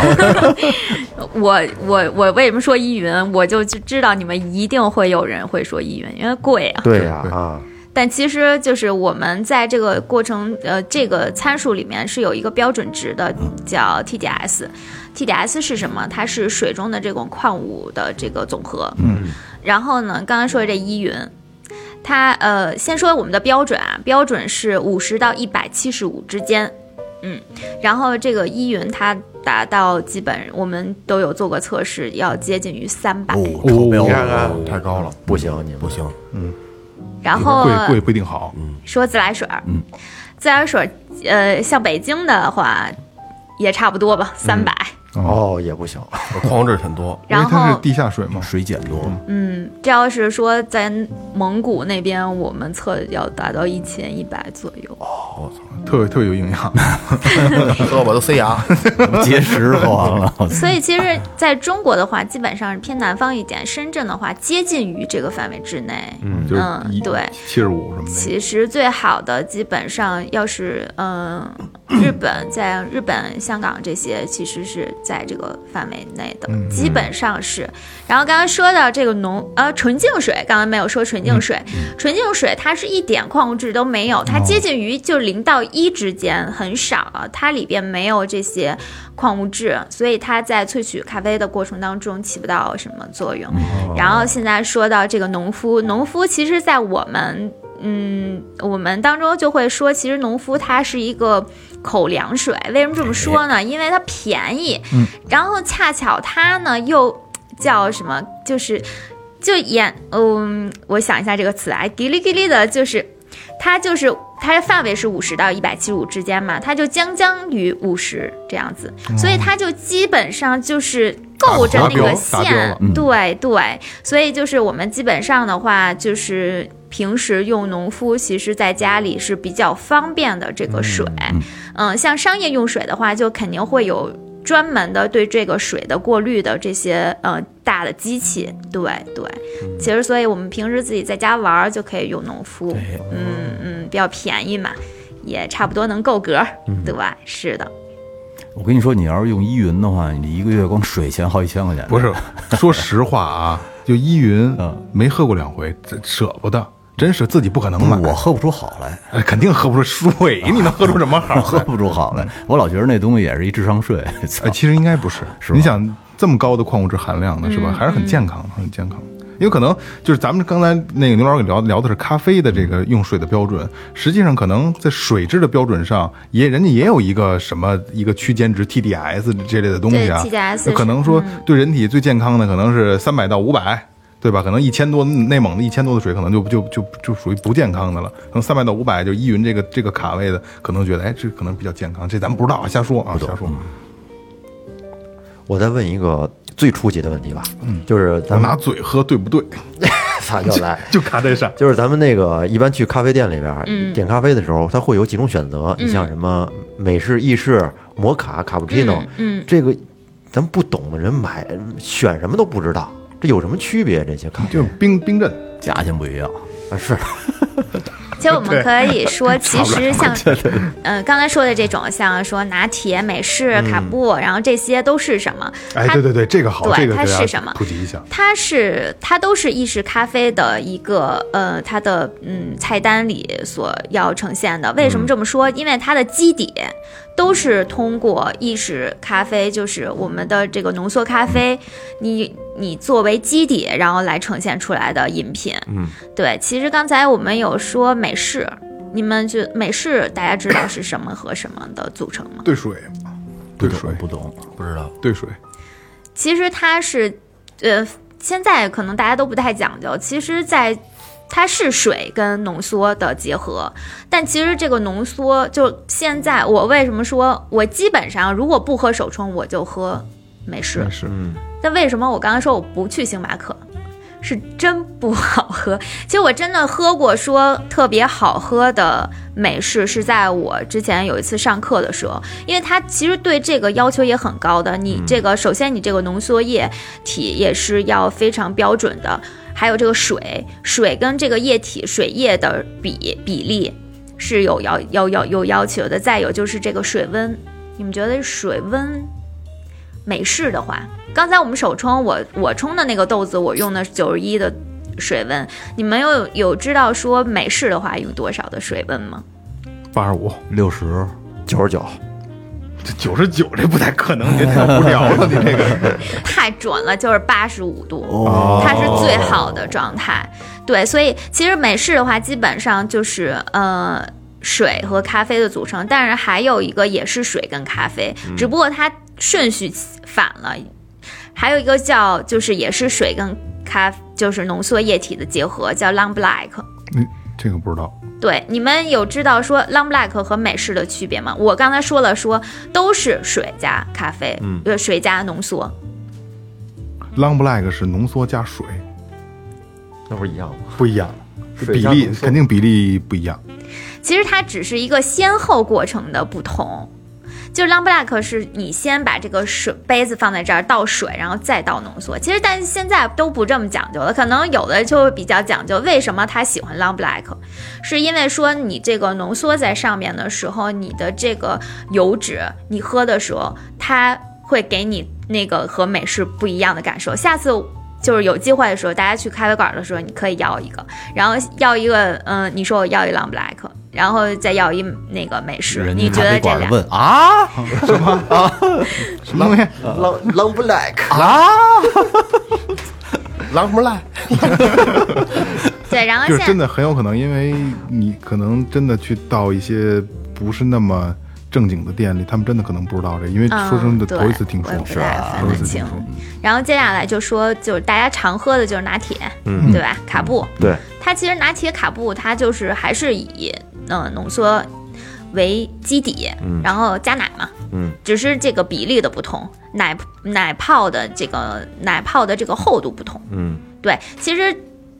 F: 我我我为什么说依云？我就就知道你们一定会有人会说依云，因为贵啊。
B: 对呀啊，
F: 但其实就是我们在这个过程，呃，这个参数里面是有一个标准值的，叫 TDS。TDS 是什么？它是水中的这种矿物的这个总和。嗯。然后呢，刚刚说的这依云，它呃，先说我们的标准啊，标准是五十到一百七十五之间。然后这个依云它达到基本我们都有做过测试，要接近于三百、
E: 哦，超标
C: 你
E: 了
C: 看看
D: 太高了，
B: 嗯不行，你们
D: 不行，
F: 然后
C: 贵贵不一定好，
F: 说自来水儿，
C: 嗯
F: 自来水儿，呃，像北京的话，也差不多吧，三
C: 嗯
F: 百、
B: 哦，也 不行。
D: 矿物质挺多。
C: 因为
F: 然
C: 它是
F: 后，
C: 地下水嘛。
E: 水碱多了，
F: 嗯，这要是说在蒙古那边，我们测要达到一千一百左右。
C: 哦特别特别有营养，
D: 喝我都塞牙，
E: 结石喝完了，我操
F: 所以其实在中国的话，基本上是偏南方一点，深圳的话接近于这个范围之内。
C: 就是
F: 嗯
C: 一
F: 对
C: 七十五什么的。
F: 其实最好的基本上要是嗯，日本在日本、香港这些其实是在这个范围内的，基本上是。然后刚刚说到这个浓呃纯净水，刚刚没有说纯净水，纯净水它是一点矿物质都没有，它接近于就零到一之间，很少啊，它里边没有这些矿物质，所以它在萃取咖啡的过程当中起不到什么作用。然后现在说到这个农夫，农夫其实，在我们嗯，我们当中就会说，其实农夫它是一个口粮水。为什么这么
C: 哎
F: 说呢？因为它便宜，
C: 嗯
F: 然后恰巧它呢又叫什么，就是就演嗯，我想一下这个词啊，叽哩叽哩的，就是它就是它的范围是五十到一百七十五之间嘛，它就将将于五十这样子，
C: 哦
F: 所以它就基本上就是够着那
C: 达
F: 个
C: 标达标
F: 线
C: 了，嗯
F: 对对，所以就是我们基本上的话就是。平时用农夫，其实在家里是比较方便的这个水，嗯，像商业用水的话，就肯定会有专门的对这个水的过滤的这些呃大的机器。对对，其实所以我们平时自己在家玩儿就可以用农夫，嗯嗯，比较便宜嘛，也差不多能够格。对，是的，
E: 我跟你说，你要是用依云的话，你一个月光水钱好几千块钱。
C: 不，是，说实话啊，就依云
E: 嗯
C: 没喝过两回，这舍不得，真是自己不可能买，
E: 我喝不出好来，
C: 哎肯定喝不出水，你能喝出什么 好
E: 喝
C: 来？
E: 不出好来。我老觉得那东西也是一智商税。操
C: 嗯哎，其实应该不是，
E: 吧
C: 你想这么高的矿物质含量的是吧？还是很健康的，很健康的。因为可能就是咱们刚才那个牛老师给聊聊的是咖啡的这个用水的标准，实际上可能在水质的标准上也人家也有一个什么一个区间值 TDS 这类的东西啊
F: 对，TDS
C: 那可能说对人体最健康的可能是三百到五百。对吧？可能一千多内蒙的一千多的水，可能就就就就属于不健康的了。可能三百到五百，就依云这个这个卡位的，可能觉得哎，这可能比较健康。这咱们不知道啊，瞎说啊，瞎说。
B: 我再问一个最初级的问题吧，
D: 嗯
B: 就是
C: 我
B: 咱们
C: 拿嘴喝对不对？
B: 咋 又来？
C: 嗯 就卡这事儿。
B: 就是咱们那个一般去咖啡店里边儿
F: 嗯
B: 点咖啡的时候，它会有几种选择，你像什么美式、意式、摩卡、卡布奇诺，
F: 嗯，
B: 这个咱不懂的人买选什么都不知道，这有什么区别？这些咖啡
C: 就是冰冰镇，
E: 价钱不一样，
B: 啊是
F: 其实我们可以说，其实像，嗯，刚才说的这种，像说拿铁、美式、卡布，然后这些都是什么？
C: 哎，
F: 它
C: 对对对，这个好，
F: 对
C: 这个
F: 它
C: 给大
F: 是
C: 家
F: 什么
C: 普及一下，
F: 它是它都是意式咖啡的一个呃，它的嗯菜单里所要呈现的。为什么这么说？因为它的基底都是通过意式咖啡，就是我们的这个浓缩咖啡，你你作为基底，然后来呈现出来的饮品。嗯，对。其实刚才我们有说美式，你们就美式大家知道是什么和什么的组成吗？
C: 兑水，
E: 不
C: 兑
E: 懂
C: 水，
E: 不懂。
D: 不知道
C: 兑水，
F: 其实它是，呃，现在可能大家都不太讲究。其实在，它是水跟浓缩的结合，但其实这个浓缩就现在我为什么说我基本上如果不喝手冲，我就喝美式
C: 真。是
F: 但为什么我刚刚说我不去星巴克？是真不好喝。 其实我真的喝过说特别好喝的美式，是在我之前有一次上课的时候，因为它其实对这个要求也很高的。你这个首先你这个浓缩液体也是要非常标准的，还有这个水，水跟这个液体水液的比比例是有要要要有要求的。再有就是这个水温，你们觉得水温美式的话，刚才我们手冲，我我冲的那个豆子，我用的九十一的水温。你们有有知道说美式的话用多少的水温吗？
C: 八十五，
E: 六十，
B: 九十九，
C: 这九十九这不太可能，你这太无聊了，你这个
F: 太准了，就是八十五度，它是最好的状态。对，所以其实美式的话，基本上就是呃。水和咖啡的组成，但是还有一个也是水跟咖啡，只不过它顺序反了。还有一个叫就是也是水跟咖就是浓缩液体的结合，叫 long black。
C: 嗯，这个不知道。
F: 对，你们有知道说 long black 和美式的区别吗？我刚才说了说都是水加咖啡，嗯，呃，水加浓缩。
C: Long Black 是浓缩加水，
B: 那不是一样吗？
C: 不一样，
B: 水
C: 比
B: 加
C: 例
B: 浓缩
C: 肯定比例不一样。
F: 其实它只是一个先后过程的不同。就 long black 是你先把这个水杯子放在这儿倒水，然后再倒浓缩。其实，但是现在都不这么讲究了，可能有的就会比较讲究。为什么他喜欢 long black？是因为说你这个浓缩在上面的时候，你的这个油脂，你喝的时候，它会给你那个和美式不一样的感受。下次就是有机会的时候，大家去咖啡馆的时候，你可以要一个，然后要一个，嗯、你说我要一 long black，然后再要一那个美式，
E: 人
F: 你
E: 家
F: 觉
E: 咖
F: 得
E: 啡
F: 这
E: 馆的
F: 俩？
E: 问啊，
C: 什么东西？
B: 浪浪不 like
D: 狼什么赖？
F: 对，然后
C: 就是
F: 现
C: 真的很有可能，因为你可能真的去到一些不是那么正经的店里，他们真的可能不知道这，因为
F: 嗯
C: 说真的
F: 对
C: 头一次听
F: 我也
C: 说，
F: 不太分
C: 头一
F: 得
C: 次
F: 清
C: 听说。。
F: 然后接下来就说，就是大家常喝的就是拿铁，
B: 嗯
F: 对吧？卡布，
B: 对，
F: 它其实拿铁卡布，它就是还是以嗯、呃浓缩为基底，然后加奶嘛，
B: 嗯，
F: 只是这个比例的不同，奶奶泡的这个奶泡的这个厚度不同，
B: 嗯，
F: 对，其实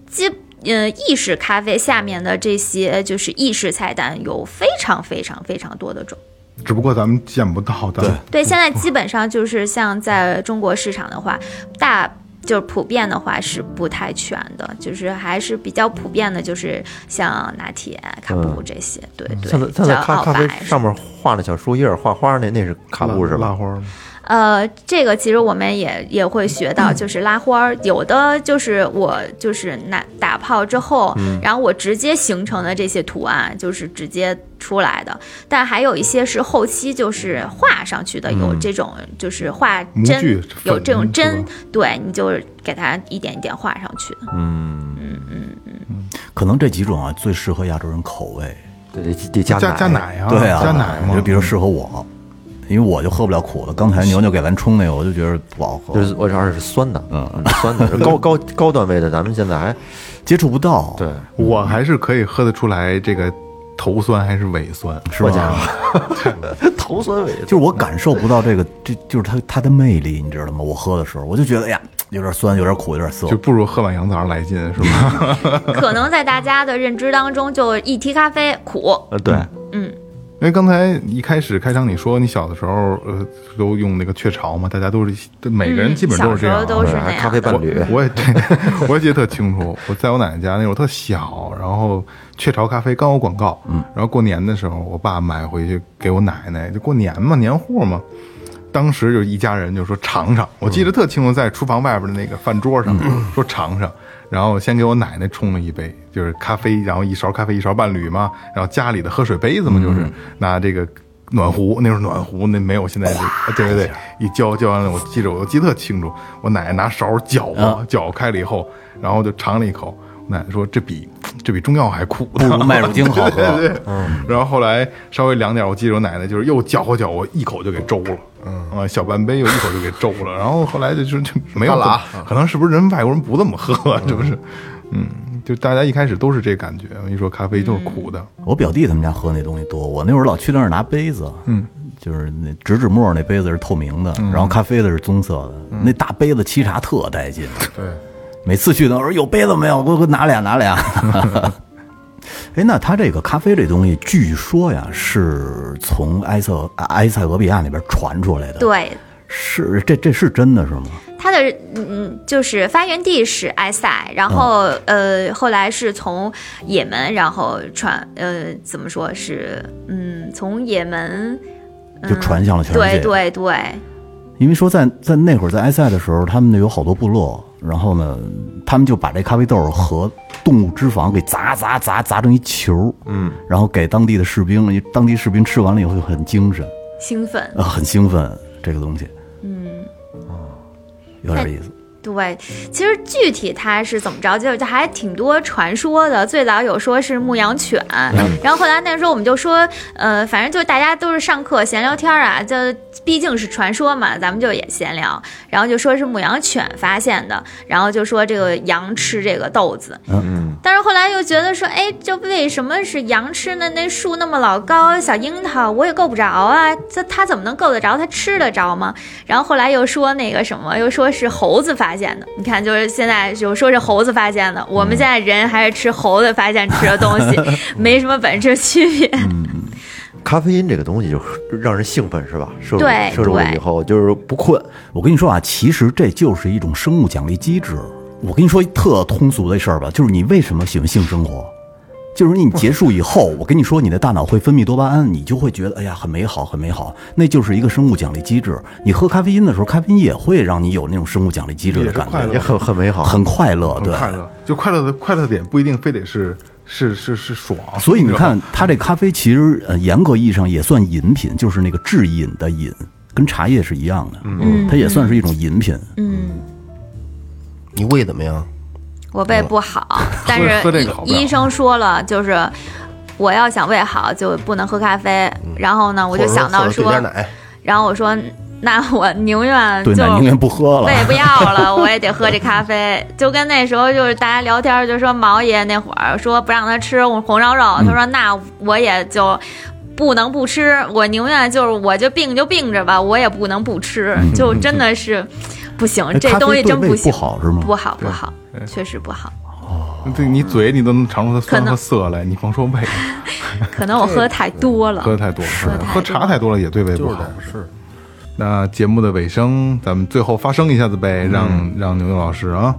F: 基呃意式咖啡下面的这些就是意式菜单有非常非常非常多的种。
C: 只不过咱们见不到，咱们
F: 对，现在
B: 嗯
F: 基本上就是像在中国市场的话，大就是普遍的话是不太全的，就是还是比较普遍的，就是像拿铁、卡布这些，对对，
B: 嗯像在像在
F: 叫
B: 咖
F: 奥
B: 咖啡
F: 白
B: 上面画那小树叶儿画花儿那那是卡布是
C: 拉
B: 吧？
C: 花吗？
F: 呃，这个其实我们也也会学
C: 嗯
F: 到，就是拉花儿，有的就是我就是拿打泡之后，
C: 嗯
F: 然后我直接形成的这些图案就是直接出来的，但还有一些是后期就是画上去的，有这种就是画
C: 嗯模
F: 针
C: 具，
F: 有
C: 粉
F: 这种
C: 是
F: 针
C: 吧，
F: 对你就是给它一点一点画上去的。
E: 可能这几种啊最适合亚洲人口味。
B: 对，得得加
C: 加加
B: 奶。
C: 奶啊，
E: 对啊，
C: 加奶嘛
E: 就。比如适合我，因为我就喝不了苦的。刚才牛牛给咱冲那个，我就觉得不好喝
B: 就，是我这是酸的，嗯， 酸的，高高高段位的，咱们现在还
E: 接触不到。
B: 对，
C: 我还是可以喝得出来这个头酸还是尾酸，
E: 是吧？
B: 头酸尾，
E: 就是我感受不到这个，这就是它它的魅力，你知道吗？我喝的时候，我就觉得哎呀，有点酸，有点苦，有点涩
C: 就。不如喝碗羊杂来劲，是吧？
F: 可能在大家的认知当中，就一提咖啡苦，
B: 呃，对，
C: 因为刚才一开始开场你说你小的时候，呃，都用那个雀巢嘛，大家都是每个人基本都是这样啊，
F: 嗯小时候都是
B: 对，还咖啡伴侣，
C: 我也对， 我也记得特清楚。我在我奶奶家那会儿特小，然后雀巢咖啡刚有广告，嗯，然后过年的时候，我爸买回去给我奶奶，就过年嘛，年货嘛。当时就一家人就说尝
E: 嗯
C: 尝，我记得特清楚，在厨房外边的那个饭桌上、说尝尝，然后先给我奶奶冲了一杯，就是咖啡，然后一勺咖啡一勺伴侣嘛，然后家里的喝水杯子嘛，就是、
E: 嗯
C: 拿这个暖壶，那时候暖壶那没有现在这个，对对对，一浇浇完了，我记着我记得特清楚，我奶奶拿勺搅
E: 嗯
C: 啊搅开了以后，然后就尝了一口，我奶奶说这比这比中药还苦
E: 不
C: 呢，
E: 如麦乳精好喝
C: 对，然后后来稍微凉点儿，我记得我奶奶就是又搅和搅和，一口就给粥了，嗯啊，小半杯又一口就给粥了，然后后来就就就没有
D: 干了啊
C: 怎么可能是不是人外国人不这么喝，是不是？嗯，就大家一开始都是这感觉，一说咖啡就是苦的，
E: 我表弟他们家喝那东西多，我那会儿老去那儿拿杯子，嗯，就是那植脂末那杯子是透明的，然后咖啡的是棕色的，那大杯子沏茶特带劲。
C: 对，
E: 每次去都说有杯子没有，给我给我拿俩拿俩。 哎，那他这个咖啡这东西，据说呀是从埃塞埃塞俄比亚那边传出来的，，
F: 对，
E: 是这这是真的是吗？
F: 它的嗯嗯，就是发源地是埃塞，然后、
E: 哦
F: 呃，后来是从也门，然后传呃，怎么说是嗯，从也门
E: 就传向了全世界。
F: 嗯对对对，
E: 因为说在在那会儿在埃塞的时候，他们那有好多部落，然后呢，他们就把这咖啡豆和动物脂肪给砸砸砸砸成一球，嗯，然后给当地的士兵，当地士兵吃完了以后就很精神，
F: 兴奋。
E: 呃，很兴奋这个东西，嗯，有点意思。
F: 对，其实具体它是怎么着，就就还挺多传说的。最早有说是牧羊犬，然后后来那时候我们就说，呃，反正就是大家都是上课闲聊天啊，就毕竟是传说嘛，咱们就也闲聊，然后就说是牧羊犬发现的，然后就说这个羊吃这个豆子，
B: 嗯，
F: 但是后来又觉得说，哎，这为什么是羊吃呢？那树那么老高，小樱桃我也够不着啊，这它怎么能够得着？它吃得着吗？然后后来又说那个什么，又说是猴子发现的。你看，就是现在就说是猴子发现的，我们现在人还是吃猴子发现吃的东
D: 嗯
F: 西，没什么本质区别。
B: 咖啡因这个东西就是让人兴奋是吧？摄入
F: 对
B: 摄入了
F: 对
B: 以后就是不困，
E: 我跟你说啊，其实这就是一种生物奖励机制。我跟你说一特通俗的事儿吧，就是你为什么喜欢性生活？就是你结束以后，我跟你说，你的大脑会分泌多巴胺，你就会觉得哎呀很美好，很美好，那就是一个生物奖励机制。你喝咖啡因的时候，咖啡因也会让你有那种生物奖励机制的感
C: 也是快
E: 觉，
B: 也很很美 好。
E: 很快乐，
C: 很
E: 对。
C: 快乐，就快乐的快乐的点不一定非得是是是是爽，
E: 所以你
C: 知道吧
E: 看，它这咖啡其实呃，严格意义上也算饮品，就是那个制饮的饮，跟茶叶是一样的，嗯，它也算是一种饮品。
D: 嗯
F: 嗯
D: 你胃怎么样？嗯
F: 我胃不好， 但
C: 喝这
F: 是
C: 个好不了
F: 医医生说了，就是我要想胃好就不能喝咖啡。
D: 嗯
F: 然后呢，我
D: 我
F: 就想到
D: 兑
F: 说，
D: 点奶，
F: 然后我说，那我宁愿
E: 对，
F: 就
E: 奶宁愿不喝了
F: 我。也不要 了，我也得喝这咖啡。就跟那时候就是大家聊天儿，就说毛爷那会儿说不让他吃红烧肉，
E: 嗯
F: 他说那我也就。不能不吃，我宁愿就是我就病就病着吧，我也不能不吃，
E: 嗯
F: 就真的是不行
E: 哎，
F: 这
E: 咖啡
F: 东西
E: 对
F: 真
E: 胃不
F: 行，
E: 好是哎吗
F: 不好不好，确实不好。
C: 对你嘴你都能尝出它酸
F: 可
C: 和
F: 能
C: 涩来，你光说胃，
F: 可能我喝太多了
C: 喝，的太多了，
F: 太
C: 喝茶太多了也对胃不好。是。那节目的尾声，咱们最后发声一下子呗，让让牛牛老师啊，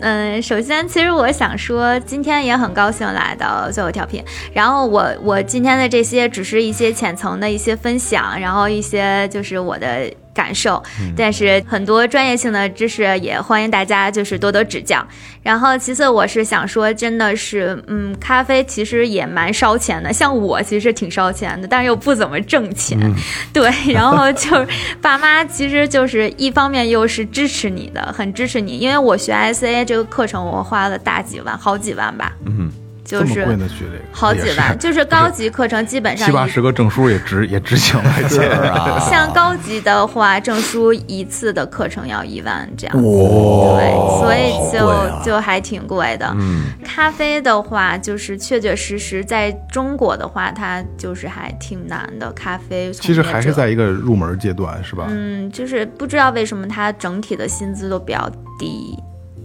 F: 嗯，首先，其实我想说，今天也很高兴来到最后调频。然后我我今天的这些只是一些浅层的一些分享，然后一些就是我的感受，
C: 嗯
F: 但是很多专业性的知识也欢迎大家就是多多指教。然后其次，我是想说，真的是，嗯，咖啡其实也蛮烧钱的，像我其实挺烧钱的，但是又不怎么挣钱，
C: 嗯
F: 对。然后就是爸妈其实就是一方面又是支持你的，很支持你，因为我学 ICA 这个课程，我花了大几万，好几万吧，嗯，就
C: 这么贵
F: 是
C: 呢学这个，
F: 好几
C: 也
F: 万，
C: 是
F: 就是高级课程基本上
C: 七八
F: 一
C: 十个证书也值也值几万块钱啊，
F: 像高级的话，证书一次的课程要一万这样子，
E: 哇
F: 对，所以
E: 好
F: 就、
E: 贵啊
F: 就还挺贵的。嗯，咖啡的话，就是确确实实在中国的话，它就是还挺难的。咖啡从
C: 其实
F: 业
C: 还是
F: 者
C: 在一个入门阶段，是吧？
F: 嗯，就是不知道为什么它整体的薪资都比较低。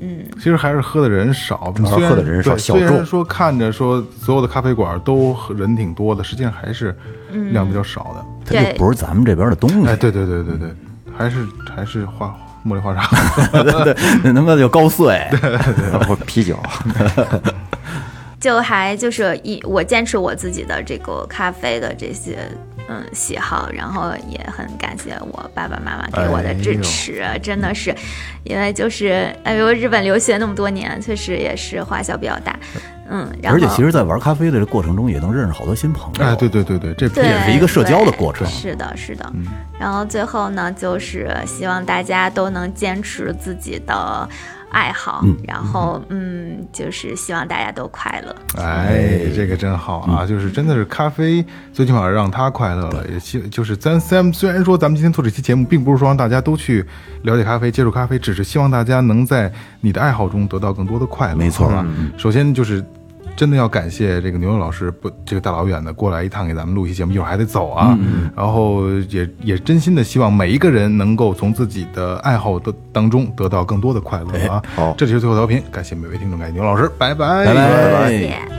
F: 嗯，
C: 其实还是喝的人少，
B: 要是
C: 虽然
B: 嗯喝的人少
C: 对
B: 小
C: 虽然
B: 众
C: 说看着说所有的咖啡馆都人挺多的，实际上还是
F: 嗯
C: 量比较少的。
E: 它又
F: 对
E: 不是咱们这边的东西
C: 哎，，对对对对对，还是还是花茉莉花 茶。
E: 那他妈就高碎。
B: 或者啤酒，
F: 就还就是一我坚持我自己的这个咖啡的这些嗯喜好，然后也很感谢我爸爸妈妈给我的支持，真的是，因为就是哎呦日本留学那么多年，确实也是花销比较 大，嗯，然后
E: 而且其实，在玩咖啡的这过程中，也能认识好多新朋友。
C: 哎，对对对对，这
F: 对
E: 也是一个社交的过程
F: 对是的，是的。然后最后呢，就是希望大家都能坚持自己的爱好，然后嗯，就是希望大家都快乐。
C: 哎，这个真好啊！就是真的是咖啡，最起码让他快乐了。也希就是咱咱虽然说咱们今天做这期节目，并不是说让大家都去了解咖啡、接触咖啡，只是希望大家能在你的爱好中得到更多的快乐。
E: 没错
C: 好吧？首先就是。真的要感谢这个牛牛老师不，这个大老远的过来一趟给咱们录一期节目，一会儿还得走啊。然后也也真心的希望每一个人能够从自己的爱好的当中得到更多的快乐啊。
B: 好
C: 这里是最后调频，感谢每位听众，感谢牛老师，拜拜
E: 拜
F: 谢
E: 拜
F: 谢。